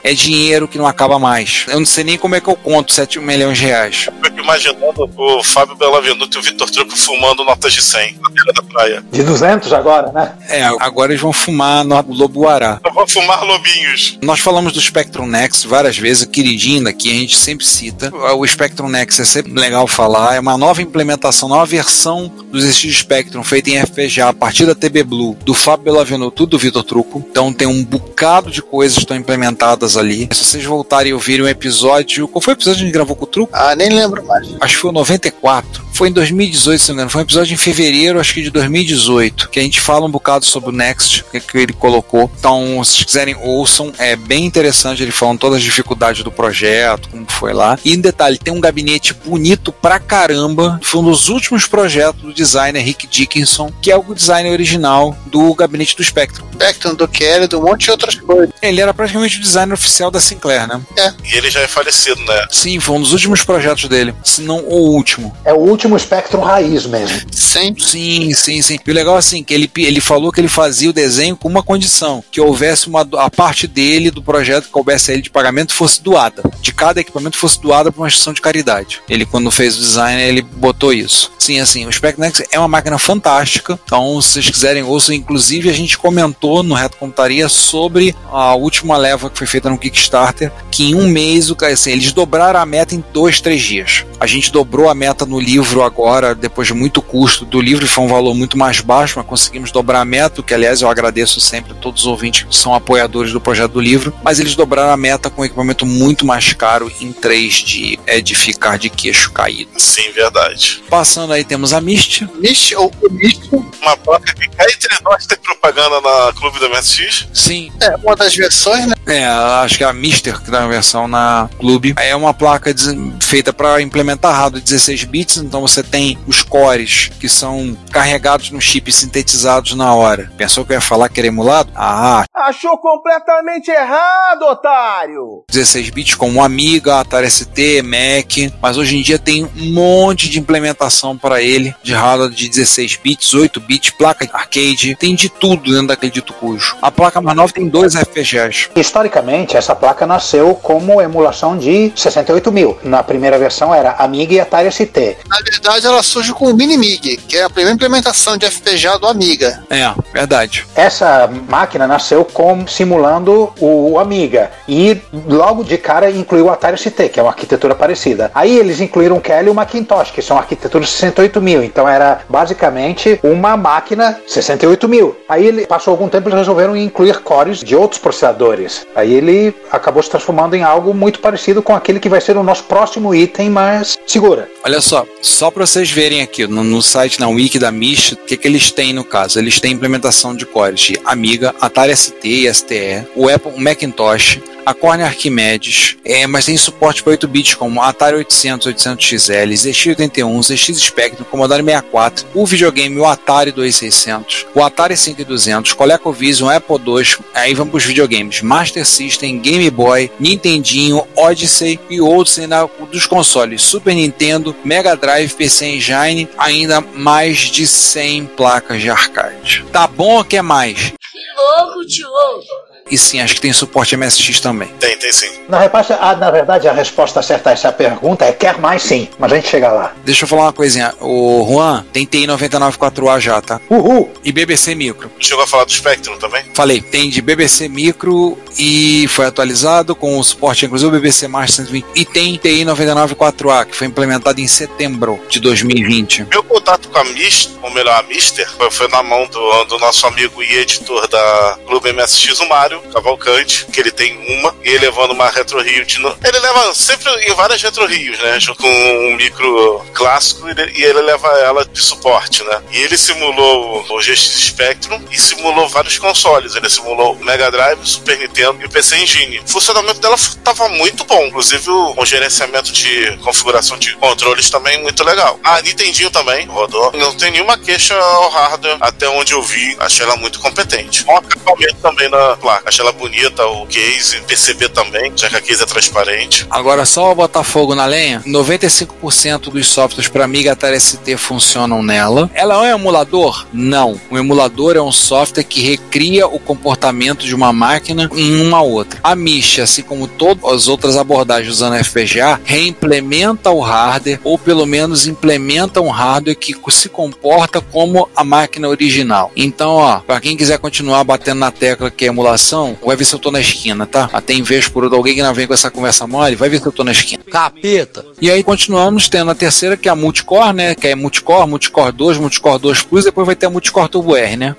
E: é dinheiro que não acaba mais. Eu não sei nem como é que eu conto 7 milhões de reais.
F: Fico imaginando o Fábio Belavenuto e o Vitor Truco fumando notas de 100 na beira da praia.
D: De 200 agora, né?
E: É, agora eles vão fumar no Lobo-Guará.
F: Eu vou fumar lobinhos.
E: Nós falamos do Spectrum Next várias vezes, queridinho aqui, a gente sempre cita. O Spectrum Next é sempre legal falar, é uma nova implementação, nova versão dos estilos Spectrum feita em FPGA a partir da TB Blue, do Fábio Belavenuto e do Vitor Truco. Então tem um bocado de coisas que estão implementadas ali. Se vocês voltarem e ouvirem o episódio, qual foi o episódio que a gente gravou com o Truco?
C: Ah, nem lembro mais.
E: acho que foi o 94. Foi em 2018, se não me engano. Foi um episódio em fevereiro, acho que de 2018, que a gente fala um bocado sobre o Next, que, que ele colocou. Então, se vocês quiserem, ouçam. É bem interessante ele falando todas as dificuldades do projeto, como foi lá. E em detalhe, tem um gabinete bonito pra caramba. Foi um dos últimos projetos do designer Rick Dickinson, que é o designer original do gabinete do Spectrum.
C: Spectrum, do Kelly, do monte de outras coisas.
E: Ele era praticamente o designer oficial da Sinclair, né?
F: E ele já é falecido, né?
E: Sim, foi um dos últimos projetos dele, se não o último.
D: É o último Spectrum raiz mesmo.
C: Sim.
E: Sim, sim, sim. E o legal é assim, que ele, ele falou que ele fazia o desenho com uma condição, que houvesse uma do- a parte dele do projeto que coubesse a ele de pagamento fosse doada. De cada equipamento fosse doada para uma instituição de caridade. Ele quando fez o design, ele botou isso. Sim, assim, o Specnex é uma máquina fantástica. Então, se vocês quiserem ouçam, inclusive a gente comentou no Reto Computaria sobre a última leva que foi feita no Kickstarter, que em um mês o ca- assim, eles dobraram a meta em dois, três dias. A gente dobrou a meta no livro agora, depois de muito custo do livro, foi um valor muito mais baixo, mas conseguimos dobrar a meta, o que aliás eu agradeço sempre a todos os ouvintes que são apoiadores do projeto do livro, mas eles dobraram a meta com um equipamento muito mais caro em três de, é de ficar de queixo caído.
F: Sim, verdade.
E: Passando aí temos a Misty.
C: Mish, o, o Mish
F: Uma própria que cá entre nós tem propaganda na Clube do MSX.
E: Sim.
C: é uma das versões, né?
E: É, acho que é a Mister, que dá uma versão na Clube. É uma placa des- feita para implementar rádio 16 bits, então você tem os cores que são carregados no chip e sintetizados na hora. Pensou que eu ia falar que era emulado? Ah,
H: Achou completamente errado, otário!
E: 16 bits como Amiga, Atari ST, Mac, mas hoje em dia tem um monte de implementação para ele de hardware de 16 bits, 8 bits, placa arcade, tem de tudo dentro daquele dito cujo. A placa mais nova tem dois RPGs.
D: Historicamente, essa placa nasceu como emulação de 68 mil. Na primeira versão era Amiga e Atari ST.
C: Na verdade, ela surge com o Minimig, que é a primeira implementação de FPGA do Amiga.
E: É, verdade.
D: Essa máquina nasceu como simulando o Amiga e logo de cara incluiu o Atari ST, que é uma arquitetura parecida. Aí eles incluíram o Kelly e o Macintosh, que são arquiteturas 68 mil, então era basicamente uma máquina 68 mil. Aí ele passou algum tempo eles resolveram incluir cores de outros processadores. Aí ele acabou se transformando em algo muito parecido com aquele que vai ser o nosso próximo item, mas segura.
E: Olha só, só para vocês verem aqui no, no site, na wiki da MIST, o que, que eles têm no caso? Eles têm implementação de cores de Amiga, Atari ST e STE, o Apple o Macintosh, a Corning Arquimedes, é, mas tem suporte para 8 bits como Atari 800, 800XL, ZX81, ZX um, Spectrum, Commodore 64, o videogame, o Atari 2600, o Atari 5200, ColecoVision, Apple II, aí vamos para os videogames, Master System, Game Boy, Nintendinho, Odyssey e outros ainda dos consoles Super Nintendo, Mega Drive, PC Engine, ainda mais de 100 placas de arcade. Tá bom ou quer mais?
B: Louco, tio louco.
E: E sim, acho que tem suporte MSX também.
F: Tem, tem sim.
D: Na, repasta, ah, na verdade, a resposta certa a essa pergunta é quer mais sim, mas a gente chega lá.
E: Deixa eu falar uma coisinha. O Juan tem TI 994A já, tá?
D: Uhul!
E: E BBC Micro.
F: Chegou a falar do Spectrum também?
E: Falei, tem de BBC Micro e foi atualizado com o suporte inclusive o BBC Master 120. E tem TI 994A, que foi implementado em setembro de 2020.
F: Meu contato com a Mister, ou melhor, a Mister, foi- foi na mão do, do nosso amigo e editor da Clube MSX, o Mário Cavalcante, que ele tem uma, e ele levando uma Retro Rio de novo. Ele leva sempre em várias Retro Rios, né? Junto com um micro clássico, e ele, e ele leva ela de suporte, né? E ele simulou o GX Spectrum e simulou vários consoles. Ele simulou o Mega Drive, o Super Nintendo e o PC Engine. O funcionamento dela estava muito bom, inclusive o o gerenciamento de configuração de controles também muito legal. A Nintendinho também rodou. Não tem nenhuma queixa ao hardware, até onde eu vi, achei ela muito competente. Um acabamento também na placa, achei ela bonita, o case, PCB também, já que a case é transparente.
E: Agora, só botar fogo na lenha, 95% dos softwares para Amiga Atari ST funcionam nela. Ela é um emulador? Não. Um emulador é um software que recria o comportamento de uma máquina em uma outra. A MISH, assim como todas as outras abordagens usando FPGA, reimplementa o hardware, ou pelo menos implementa um hardware que se comporta como a máquina original. Então, ó, para quem quiser continuar batendo na tecla que é emulação, vai ver se eu tô na esquina, tá? Até em vez por outra, alguém que não vem com essa conversa mole, vai ver se eu tô na esquina.
G: Capeta.
E: E aí continuamos tendo a terceira, que é a multicore, né? Que é multicore, multicore 2, multicore 2 Plus, depois vai ter a multicore Turbo R, né?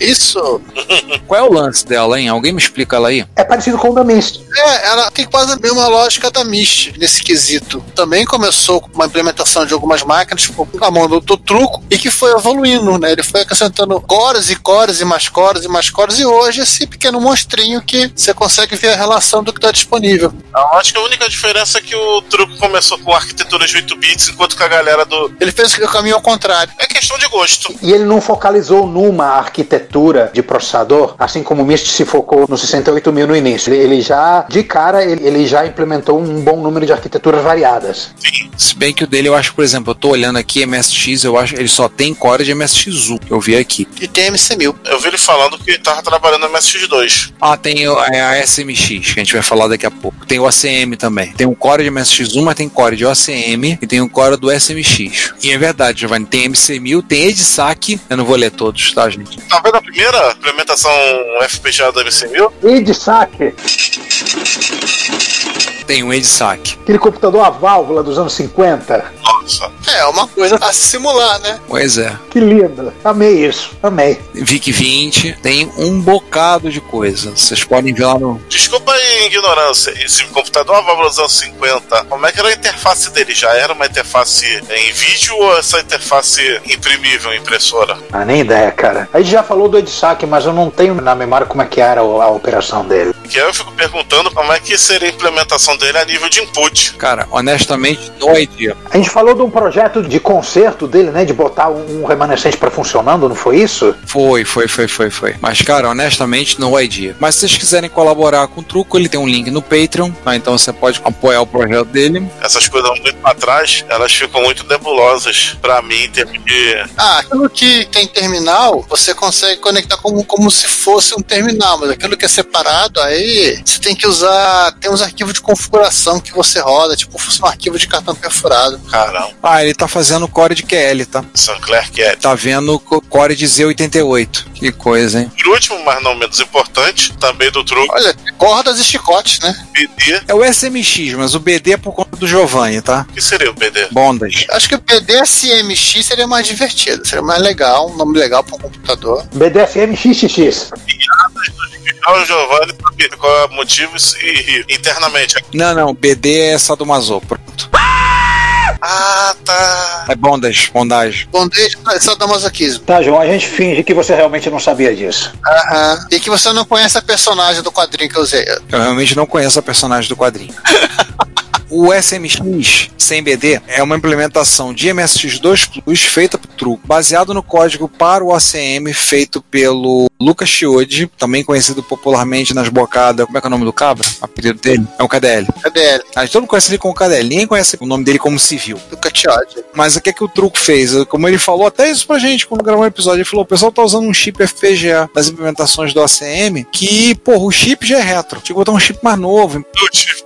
C: Isso
E: Qual é o lance dela, hein? Alguém me explica ela aí?
D: É parecido com o da Mist.
C: É, ela tem quase a mesma lógica da MIST nesse quesito. Também começou com uma implementação de algumas máquinas tipo, na mão do, do truco e que foi evoluindo, né? Ele foi acrescentando cores e cores e mais cores e mais cores e hoje esse pequeno monstrinho que você consegue ver a relação do que está disponível.
F: Eu Ah, acho que a única diferença é que o truco começou com arquitetura de 8 bits, enquanto que a galera do.
C: Ele fez o caminho ao contrário.
F: É questão de gosto.
D: E ele não focalizou numa arquitetura de processador, assim como o MIST se focou no 68 mil no início. Ele, ele já, de cara, ele, ele já implementou um bom número de arquiteturas variadas.
E: Se bem que o dele, eu acho, por exemplo, eu tô olhando aqui, MSX, eu acho, ele só tem core de MSX1, que eu vi aqui.
C: E tem MC1000.
F: Eu vi ele falando que tava trabalhando no MSX2.
E: Ah, tem o- é a SMX, que a gente vai falar daqui a pouco. Tem o ACM também. Tem um core de MSX1, mas tem core de OCM e tem um core do SMX. E é verdade, Giovanni, tem MC1000, tem EDSAC, eu não vou ler todos, tá, gente?
F: Tá vendo a primeira implementação um FPGA da MC1000?
D: E de saque,
E: Tem o EDSAC. um
D: aquele computador a válvula dos anos 50.
F: ano só.
C: É uma coisa a se simular, né?
E: Pois é.
D: Que lindo. Amei isso. Amei.
E: VIC 20 tem um bocado de coisa. Vocês podem ver lá no.
F: Desculpa a ignorância. Esse computador, a Valorização 50, como é que era a interface dele? Já era uma interface em vídeo ou essa interface imprimível, impressora?
D: Ah, nem ideia, cara. A gente já falou do EdSac, mas eu não tenho na memória como é que era a, a operação dele.
F: Que aí eu fico perguntando como é que seria a implementação dele a nível de input.
E: Cara, honestamente, é no idea.
D: A gente falou de um projeto de conserto dele, né? De botar um, um remanescente pra funcionando, não foi isso?
E: Foi, foi, foi, foi, foi. Mas, cara, honestamente, no idea. Mas se vocês quiserem colaborar com o Truco, ele tem um link no Patreon, tá? Então você pode apoiar o projeto dele.
F: Essas coisas muito pra trás, elas ficam muito nebulosas pra mim em termos de.
C: Ah, aquilo que tem terminal, você consegue conectar como, como se fosse um terminal, mas aquilo que é separado, aí você tem que usar. Tem uns arquivos de configuração que você roda, tipo como se fosse um arquivo de cartão perfurado.
F: Caramba,
E: Ah, ele tá fazendo core de QL, tá?
F: Sinclair que é.
E: Tá vendo co- core de Z88. Que coisa, hein?
F: Por último, mas não menos importante, também do truque
C: Olha, cordas e chicotes, né?
F: BD.
E: É o SMX, mas o BD é por conta do Giovanni, tá?
F: O que seria o BD?
E: Bondas.
C: Acho que o PDSMX seria mais divertido, seria mais legal, um nome legal para um computador.
D: BDFM XXX.
F: Ah, o Giovanni sabe qual é o motivo e e internamente.
E: Não, não, BD é Sadomaso, pronto.
F: Ah, tá.
E: É bondas, bondagem.
C: Bondage é só dá masoquismo.
D: Tá, João, a gente finge que você realmente não sabia disso.
C: Aham. E que você não conhece a personagem do quadrinho que eu usei.
E: Eu realmente não conheço a personagem do quadrinho. (laughs) O SMX sem BD é uma implementação de MSX2 Plus feita por Truco, baseado no código para o ACM feito pelo Lucas Chiodi, também conhecido popularmente nas bocadas. Como é que é o nome do cabra? O apelido dele? É um KDL.
C: KDL,
E: A gente todo mundo Ah, então conhece ele como KDL, ninguém conhece o nome dele como civil.
C: do Catiode.
E: Mas o que é que o truco fez? Como ele falou até isso pra gente quando gravou o episódio, ele falou: o pessoal tá usando um chip FPGA das implementações do ACM, que, porra, o chip já é retro. Tinha que botar um chip mais novo.
F: Do tipo.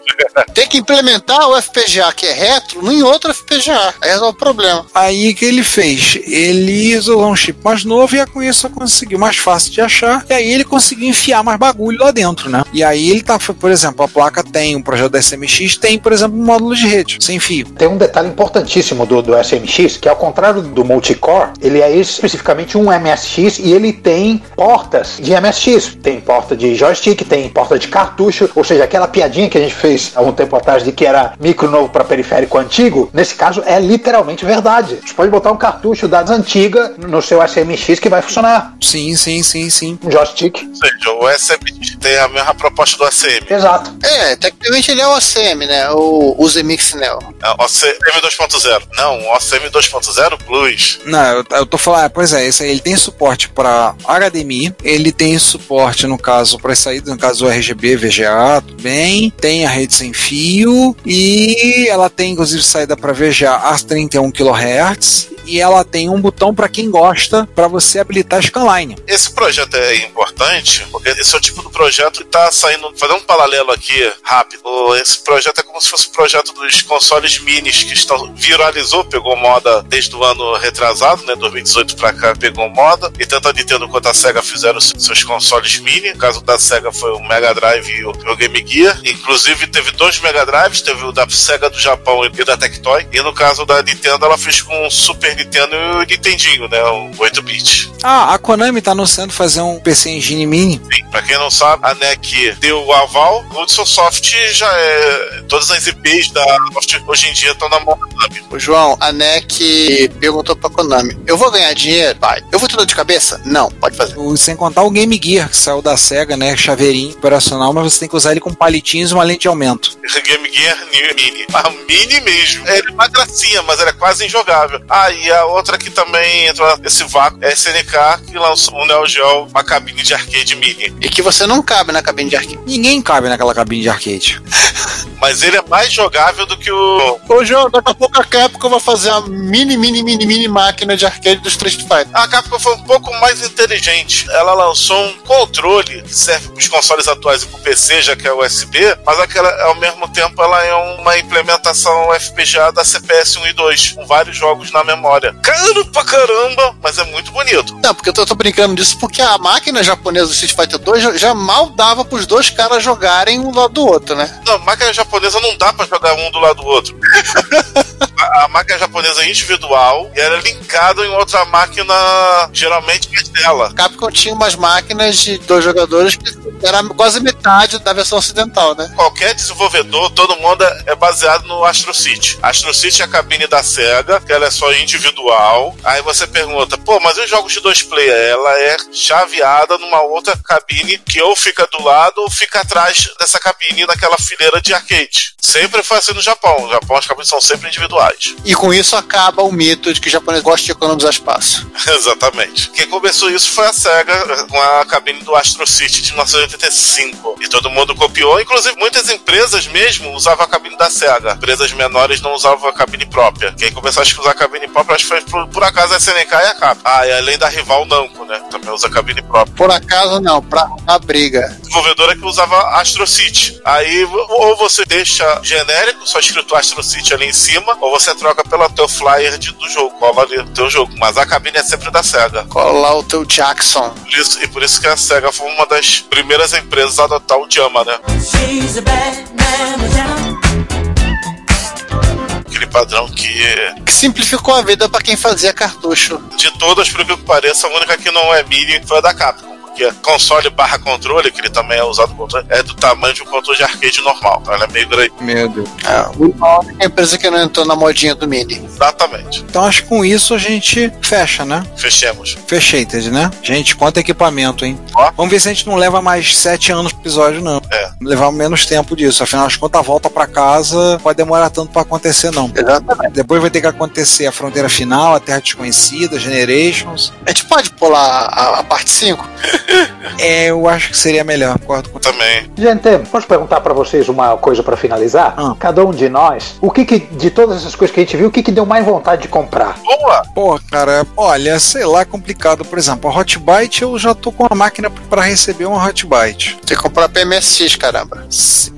C: Tem que implementar o FPGA que é retro em outro FPGA. Aí resolve é o problema.
E: Aí o que ele fez? Ele isolou um chip mais novo e com isso conseguiu mais fácil de achar. E aí ele conseguiu enfiar mais bagulho lá dentro, né? E aí ele tá, por exemplo, a placa tem um projeto da SMX, tem, por exemplo, um módulo de rede, sem fio.
D: Tem um detalhe importantíssimo do, do SMX, que ao contrário do multicore, ele é especificamente um MSX e ele tem portas de MSX. Tem porta de joystick, tem porta de cartucho, ou seja, aquela piadinha que a gente fez há um tempo atrás de que era micro novo para periférico antigo, nesse caso é literalmente verdade. Você pode botar um cartucho das antigas no seu SMX que vai funcionar.
E: Sim, sim, sim, sim.
D: Um joystick.
F: Ou seja, o SMT tem a mesma proposta do ACM.
D: Exato.
C: É, tecnicamente ele é o ACM, né? O, o Zemix Neo.
F: É, OCM 2.0. Não, OCM 2.0 Plus.
E: Não, eu, eu tô falando, ah, pois é, esse aí, ele tem suporte para HDMI, ele tem suporte, no caso, para saída, no caso, o RGB, VGA, tudo bem, tem a rede sem fio, e ela tem, inclusive, saída para VGA a 31 kHz, e ela tem um botão para quem gosta, para você habilitar scanline.
F: Esse projeto é importante, porque esse é o tipo do projeto que tá saindo. Fazer um paralelo aqui rápido. Esse projeto é como se fosse o projeto dos consoles minis que estão viralizou, pegou moda desde o ano retrasado, né? 2018 pra cá pegou moda. E tanto a Nintendo quanto a Sega fizeram se- seus consoles mini. No caso da Sega foi o Mega Drive e o, e o Game Gear. Inclusive teve dois Mega Drives, teve o da Sega do Japão e da Tectoy. E no caso da Nintendo, ela fez com o Super Nintendo e o Nintendinho, né? O 8-bit.
E: Ah, a Konami tá anunciando fazer um PC Engine Mini.
F: Pra quem não sabe, a NEC deu o aval, o Hudson Soft já é. Todas as IPs da Soft hoje em dia estão na mão da Konami.
C: O João, a NEC perguntou pra Konami: Eu vou ganhar dinheiro? Vai. Eu vou ter dor de cabeça? Não, pode fazer.
E: O- Sem contar o Game Gear, que saiu da SEGA, né? Chaveirinho operacional, mas você tem que usar ele com palitinhos e uma lente de aumento.
F: Game Gear New Mini. A Mini mesmo. Ela é uma gracinha, mas ela é quase injogável. Ah, e a outra que também entra nesse vácuo é a SNK, que lançou um Neo Geo, uma cabine de arcade mini.
C: E que você não cabe na cabine de arquivo.
E: Ninguém cabe naquela cabine de arcade.
F: Mas ele é mais jogável do que o.
C: Ô, João, daqui a pouco a Capcom vai fazer a mini, mini, mini, mini máquina de arcade do Street Fighter.
F: A Capcom foi um pouco mais inteligente. Ela lançou um controle que serve para os consoles atuais e para o PC, já que é USB, mas aquela, ao mesmo tempo ela é uma implementação FPGA da CPS 1 e 2, com vários jogos na memória. Caro pra caramba, mas é muito bonito.
C: Não, porque eu tô, tô brincando disso porque a máquina japonesa do Street Fighter 2 já, já mal dava pros dois caras jogarem um lado do outro, né?
F: Não, máquina japonesa não dá pra jogar um do lado do outro. (laughs) a, a máquina japonesa é individual e era linkado em outra máquina, geralmente é dela.
C: Capcom tinha umas máquinas de dois jogadores que era quase metade da versão ocidental, né?
F: Qualquer desenvolvedor, todo mundo é é baseado no Astro City. Astro City é a cabine da SEGA, que ela é só individual. Aí você pergunta, pô, mas e os jogos de dois player? Ela é chaveada numa outra cabine que ou fica do lado ou fica atrás dessa cabine naquela fileira de arcade. Sempre foi assim no Japão. No Japão as cabines são sempre individuais.
C: E com isso acaba o mito de que o japonês gosta de economizar espaço.
F: (laughs) Exatamente. Quem começou isso foi a SEGA com a cabine do Astro City de 1985. E todo mundo copiou, inclusive muitas empresas mesmo usavam a cabine da SEGA. Empresas menores não usavam a cabine própria. Quem começou acho que, a usar a cabine própria acho que foi por, por acaso a SNK e a Cap. Ah, e além da rival Namco, né? Também usa cabine própria.
C: Por acaso, não, pra arrumar briga.
F: Desenvolvedora que usava Astro City. Aí vo- ou você deixa genérico, só escrito Astro City ali em cima, ou você troca pelo teu flyer de- do jogo, cola ali o teu jogo. Mas a cabine é sempre da SEGA.
C: Cola lá o teu Jackson.
F: Por isso- e por isso que a SEGA foi uma das primeiras empresas a adotar o JAMA, né? Aquele padrão que,
C: Que simplificou a vida pra quem fazia cartucho.
F: de todas, por que pareça, a única que não é mini foi a da Capcom. Porque console barra controle, que ele também é usado como controle, é do tamanho de um controle de arcade normal. Ela é meio grande.
E: Meu Deus.
C: Ah, a única empresa que não entrou na modinha do Mini.
F: Exatamente.
E: Então acho que com isso a gente fecha, né?
F: Fechemos.
E: Fechei, Ted, né? Gente, quanto equipamento, hein?
F: Ó.
E: Vamos ver se a gente não leva mais sete anos pro episódio, não.
F: É.
E: Levar menos tempo disso. Afinal de contas, a volta pra casa pode demorar tanto pra acontecer, não.
C: Exatamente.
E: Depois vai ter que acontecer a fronteira final, a Terra Desconhecida, Generations.
C: A gente pode pular a, a parte 5?
E: É, eu acho que seria melhor, concordo com
F: Também.
D: Gente, posso perguntar pra vocês uma coisa pra finalizar?
E: Ah.
D: Cada um de nós, o que que, de todas essas coisas que a gente viu, o que que deu mais vontade de comprar?
F: Boa!
E: Pô, cara, olha, sei lá, é complicado. Por exemplo, a Hotbyte eu já tô com a máquina pra receber uma Hotbyte.
C: Tem que comprar PMSX, caramba.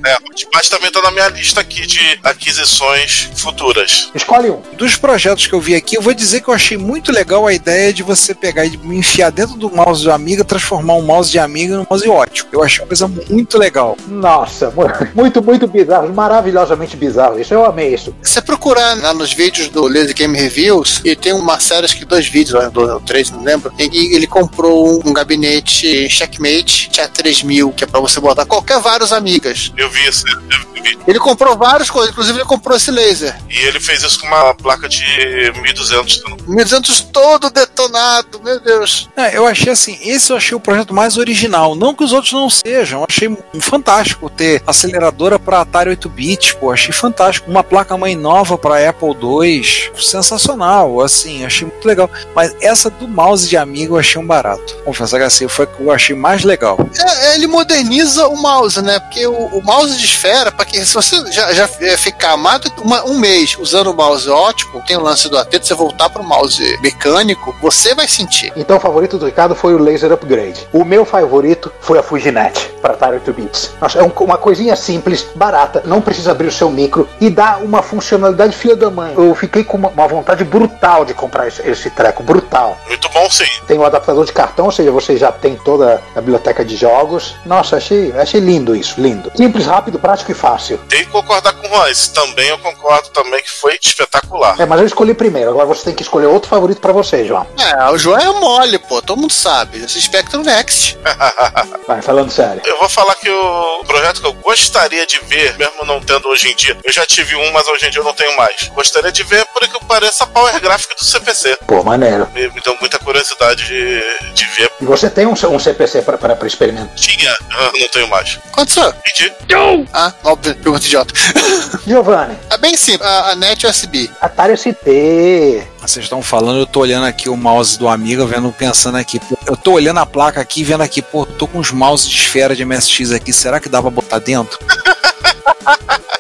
F: É, o Hotmart também tá na minha lista aqui de aquisições futuras.
D: Escolhe um.
E: Dos projetos que eu vi aqui, eu vou dizer que eu achei muito legal a ideia de você pegar e enfiar dentro do mouse do Amiga, transformar um mouse de Amiga num mouse ótimo. Eu achei uma coisa muito legal.
D: Nossa, mu- (laughs) muito, muito bizarro, maravilhosamente bizarro isso. Eu amei isso.
C: Se você procurar lá nos vídeos do Lazy Game Reviews, e tem uma série, acho que dois vídeos, ou dois ou três, não lembro, em que ele comprou um, um gabinete Checkmate THA3000, que é pra você botar qualquer vários amigas.
F: Eu vi isso, eu vi o vídeo.
C: Ele comprou várias coisas, inclusive ele comprou esse laser.
F: E ele fez isso com uma placa de 1200
C: 1200 todo detonado, meu Deus.
E: É, eu achei assim, esse eu achei o projeto mais original. Não que os outros não sejam, eu achei fantástico ter aceleradora para Atari 8-bit, pô, achei fantástico. Uma placa-mãe nova para Apple II, sensacional, assim, achei muito legal. Mas essa do mouse de amigo eu achei um barato. Confesso, HC, foi o que eu achei mais legal.
C: É, é, ele moderniza o mouse, né? Porque o, o mouse de esfera, para que se você já, já é, ficar mais do que uma- um mês usando o mouse ótico, tem o lance do AT, de você voltar pro mouse mecânico, você vai sentir.
D: Então, o favorito do Ricardo foi o Laser Upgrade. O meu favorito foi a Fujinet para Atari 8 bits. Nossa, é um- uma coisinha simples, barata, não precisa abrir o seu micro e dá uma funcionalidade filha da mãe. Eu fiquei com uma, uma vontade brutal de comprar esse, esse treco, brutal.
F: Muito bom, sim.
D: Tem o adaptador de cartão, ou seja, você já tem toda a biblioteca de jogos. Nossa, achei, achei lindo isso, lindo. Simples, rápido, prático e fácil.
F: Tem que concordar com o Juan. Isso também eu concordo também que foi espetacular. (laughs)
D: É, mas eu escolhi primeiro, agora você tem que escolher outro favorito pra você, João.
C: É, o João é mole, pô, todo mundo sabe. Esse Spectrum Next.
D: Vai, falando sério.
F: Eu vou falar que o projeto que eu gostaria de ver, mesmo não tendo hoje em dia, eu já tive um, mas hoje em dia eu não tenho mais. Gostaria de ver, por que pareça, a Power Graphic do CPC.
D: Pô, maneiro.
F: Me, me deu muita curiosidade de, de ver.
D: E você tem um, C- um CPC pra- pra pra experimentar?
F: Tinha, ah, não tenho mais.
C: Aconteceu.
F: Pedi.
C: Ah, óbvio, pergunta idiota.
D: Giovanni,
C: É bem simples, a, a NET USB.
D: Atari ST.
E: Vocês estão falando, eu tô olhando aqui o mouse do Amiga, vendo, pensando aqui. pô, Eu tô olhando a placa aqui, vendo aqui, pô, tô com os mouses de esfera de MSX aqui, será que dá pra botar dentro? (laughs)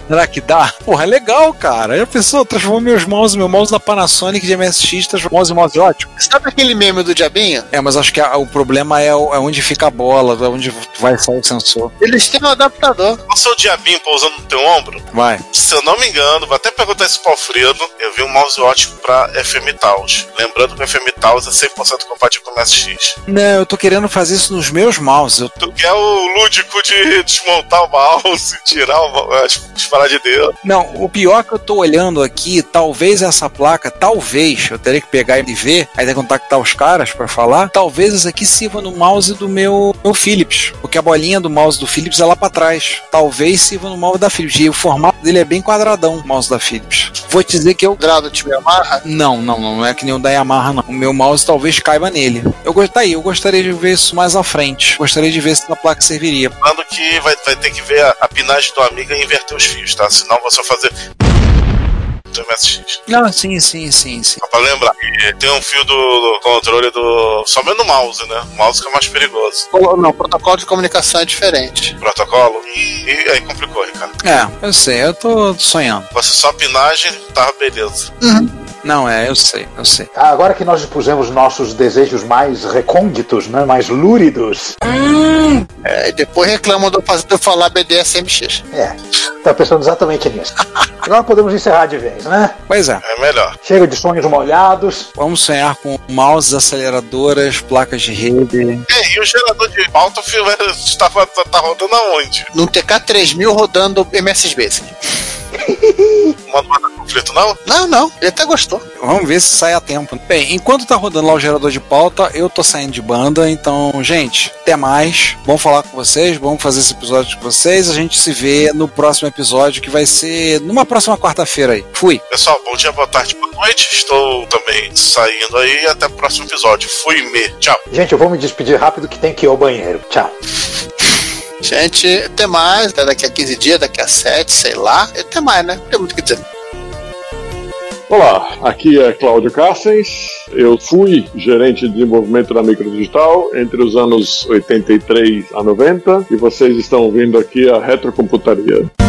E: Será que dá? Porra, é legal, cara. Aí a pessoa transformou meus mouse, meu mouse da Panasonic de MSX, transformou mouse em mouse ótimo.
C: Sabe aquele meme do diabinho?
E: É, mas acho que a- o problema é, o- é onde fica a bola, é onde vai sair o sensor.
C: Eles têm um adaptador.
F: O seu diabinho pousando no teu ombro,
E: Vai.
F: se eu não me engano, vou até perguntar isso pro Alfredo, eu vi um mouse ótimo pra FM Taos. Lembrando que o FM Taos é 100% compatível com o MSX.
E: Não, eu tô querendo fazer isso nos meus mouses. Eu
F: Tu quer o lúdico de desmontar o mouse, (laughs) tirar o mouse, falar de Deus.
E: Não, o pior que eu tô olhando aqui, talvez essa placa, talvez, eu teria que pegar e ver, aí tem que contactar os caras pra falar, talvez essa aqui sirva no mouse do meu, meu Philips, porque a bolinha do mouse do Philips é lá pra trás. Talvez sirva no mouse da Philips, e o formato dele é bem quadradão, o mouse da Philips. Vou te dizer que eu...
C: Quadrado de Yamaha.
E: Não, não, não, não é que nem o da Yamaha, não. O meu mouse talvez caiba nele. Eu gostaria, eu gostaria de ver isso mais à frente. Gostaria de ver se na placa serviria.
F: Falando que vai, vai ter que ver a, a pinagem do amigo e inverter os fios, tá? Senão você vai fazer. Do MSX.
E: Não, sim, sim, sim, sim.
F: Só pra lembrar, que tem um fio do controle do. Somente no mouse, né? O mouse que é o mais perigoso.
C: Polo- Não, protocolo de comunicação é diferente.
F: Protocolo. E, e aí complicou, Ricardo.
E: É, eu sei, eu tô sonhando.
F: Você só pinagem, tava beleza.
E: Não, é, eu sei, eu sei.
D: Ah, Agora que nós expusemos nossos desejos mais recônditos, né, mais lúridos,
C: É, e depois reclamam de eu fazer- de eu falar BDSMX.
D: é, tá pensando exatamente nisso. Agora podemos encerrar de vez, né?
E: Pois é,
F: É melhor.
D: Chega de sonhos molhados.
E: vamos sonhar com mouses, aceleradoras, placas de rede.
F: É, e o gerador de pauta filho, vai- tá, tá, tá rodando aonde?
C: Num TK3000 rodando MS Basic.
F: Não Manda matar conflito, não?
C: Não, não, ele até gostou.
E: Vamos ver se sai a tempo. Bem, enquanto tá rodando lá o gerador de pauta, eu tô saindo de banda. Então, gente, até mais. Bom falar com vocês, bom fazer esse episódio com vocês. A gente se vê no próximo episódio, que vai ser numa próxima quarta-feira aí. Fui.
F: Pessoal, bom dia, boa tarde, boa noite. Estou também saindo aí. Até o próximo episódio. Fui me. Tchau.
D: Gente, eu vou me despedir rápido que tem que ir ao banheiro. Tchau.
C: Gente, até mais. Até daqui a 15 dias, daqui a 7, sei lá. Até mais, né? Não tem muito o que dizer.
I: Olá, aqui é Cláudio Carstens. Eu fui gerente de desenvolvimento da Microdigital entre os anos 83 a 90 e vocês estão ouvindo aqui a Retrocomputaria.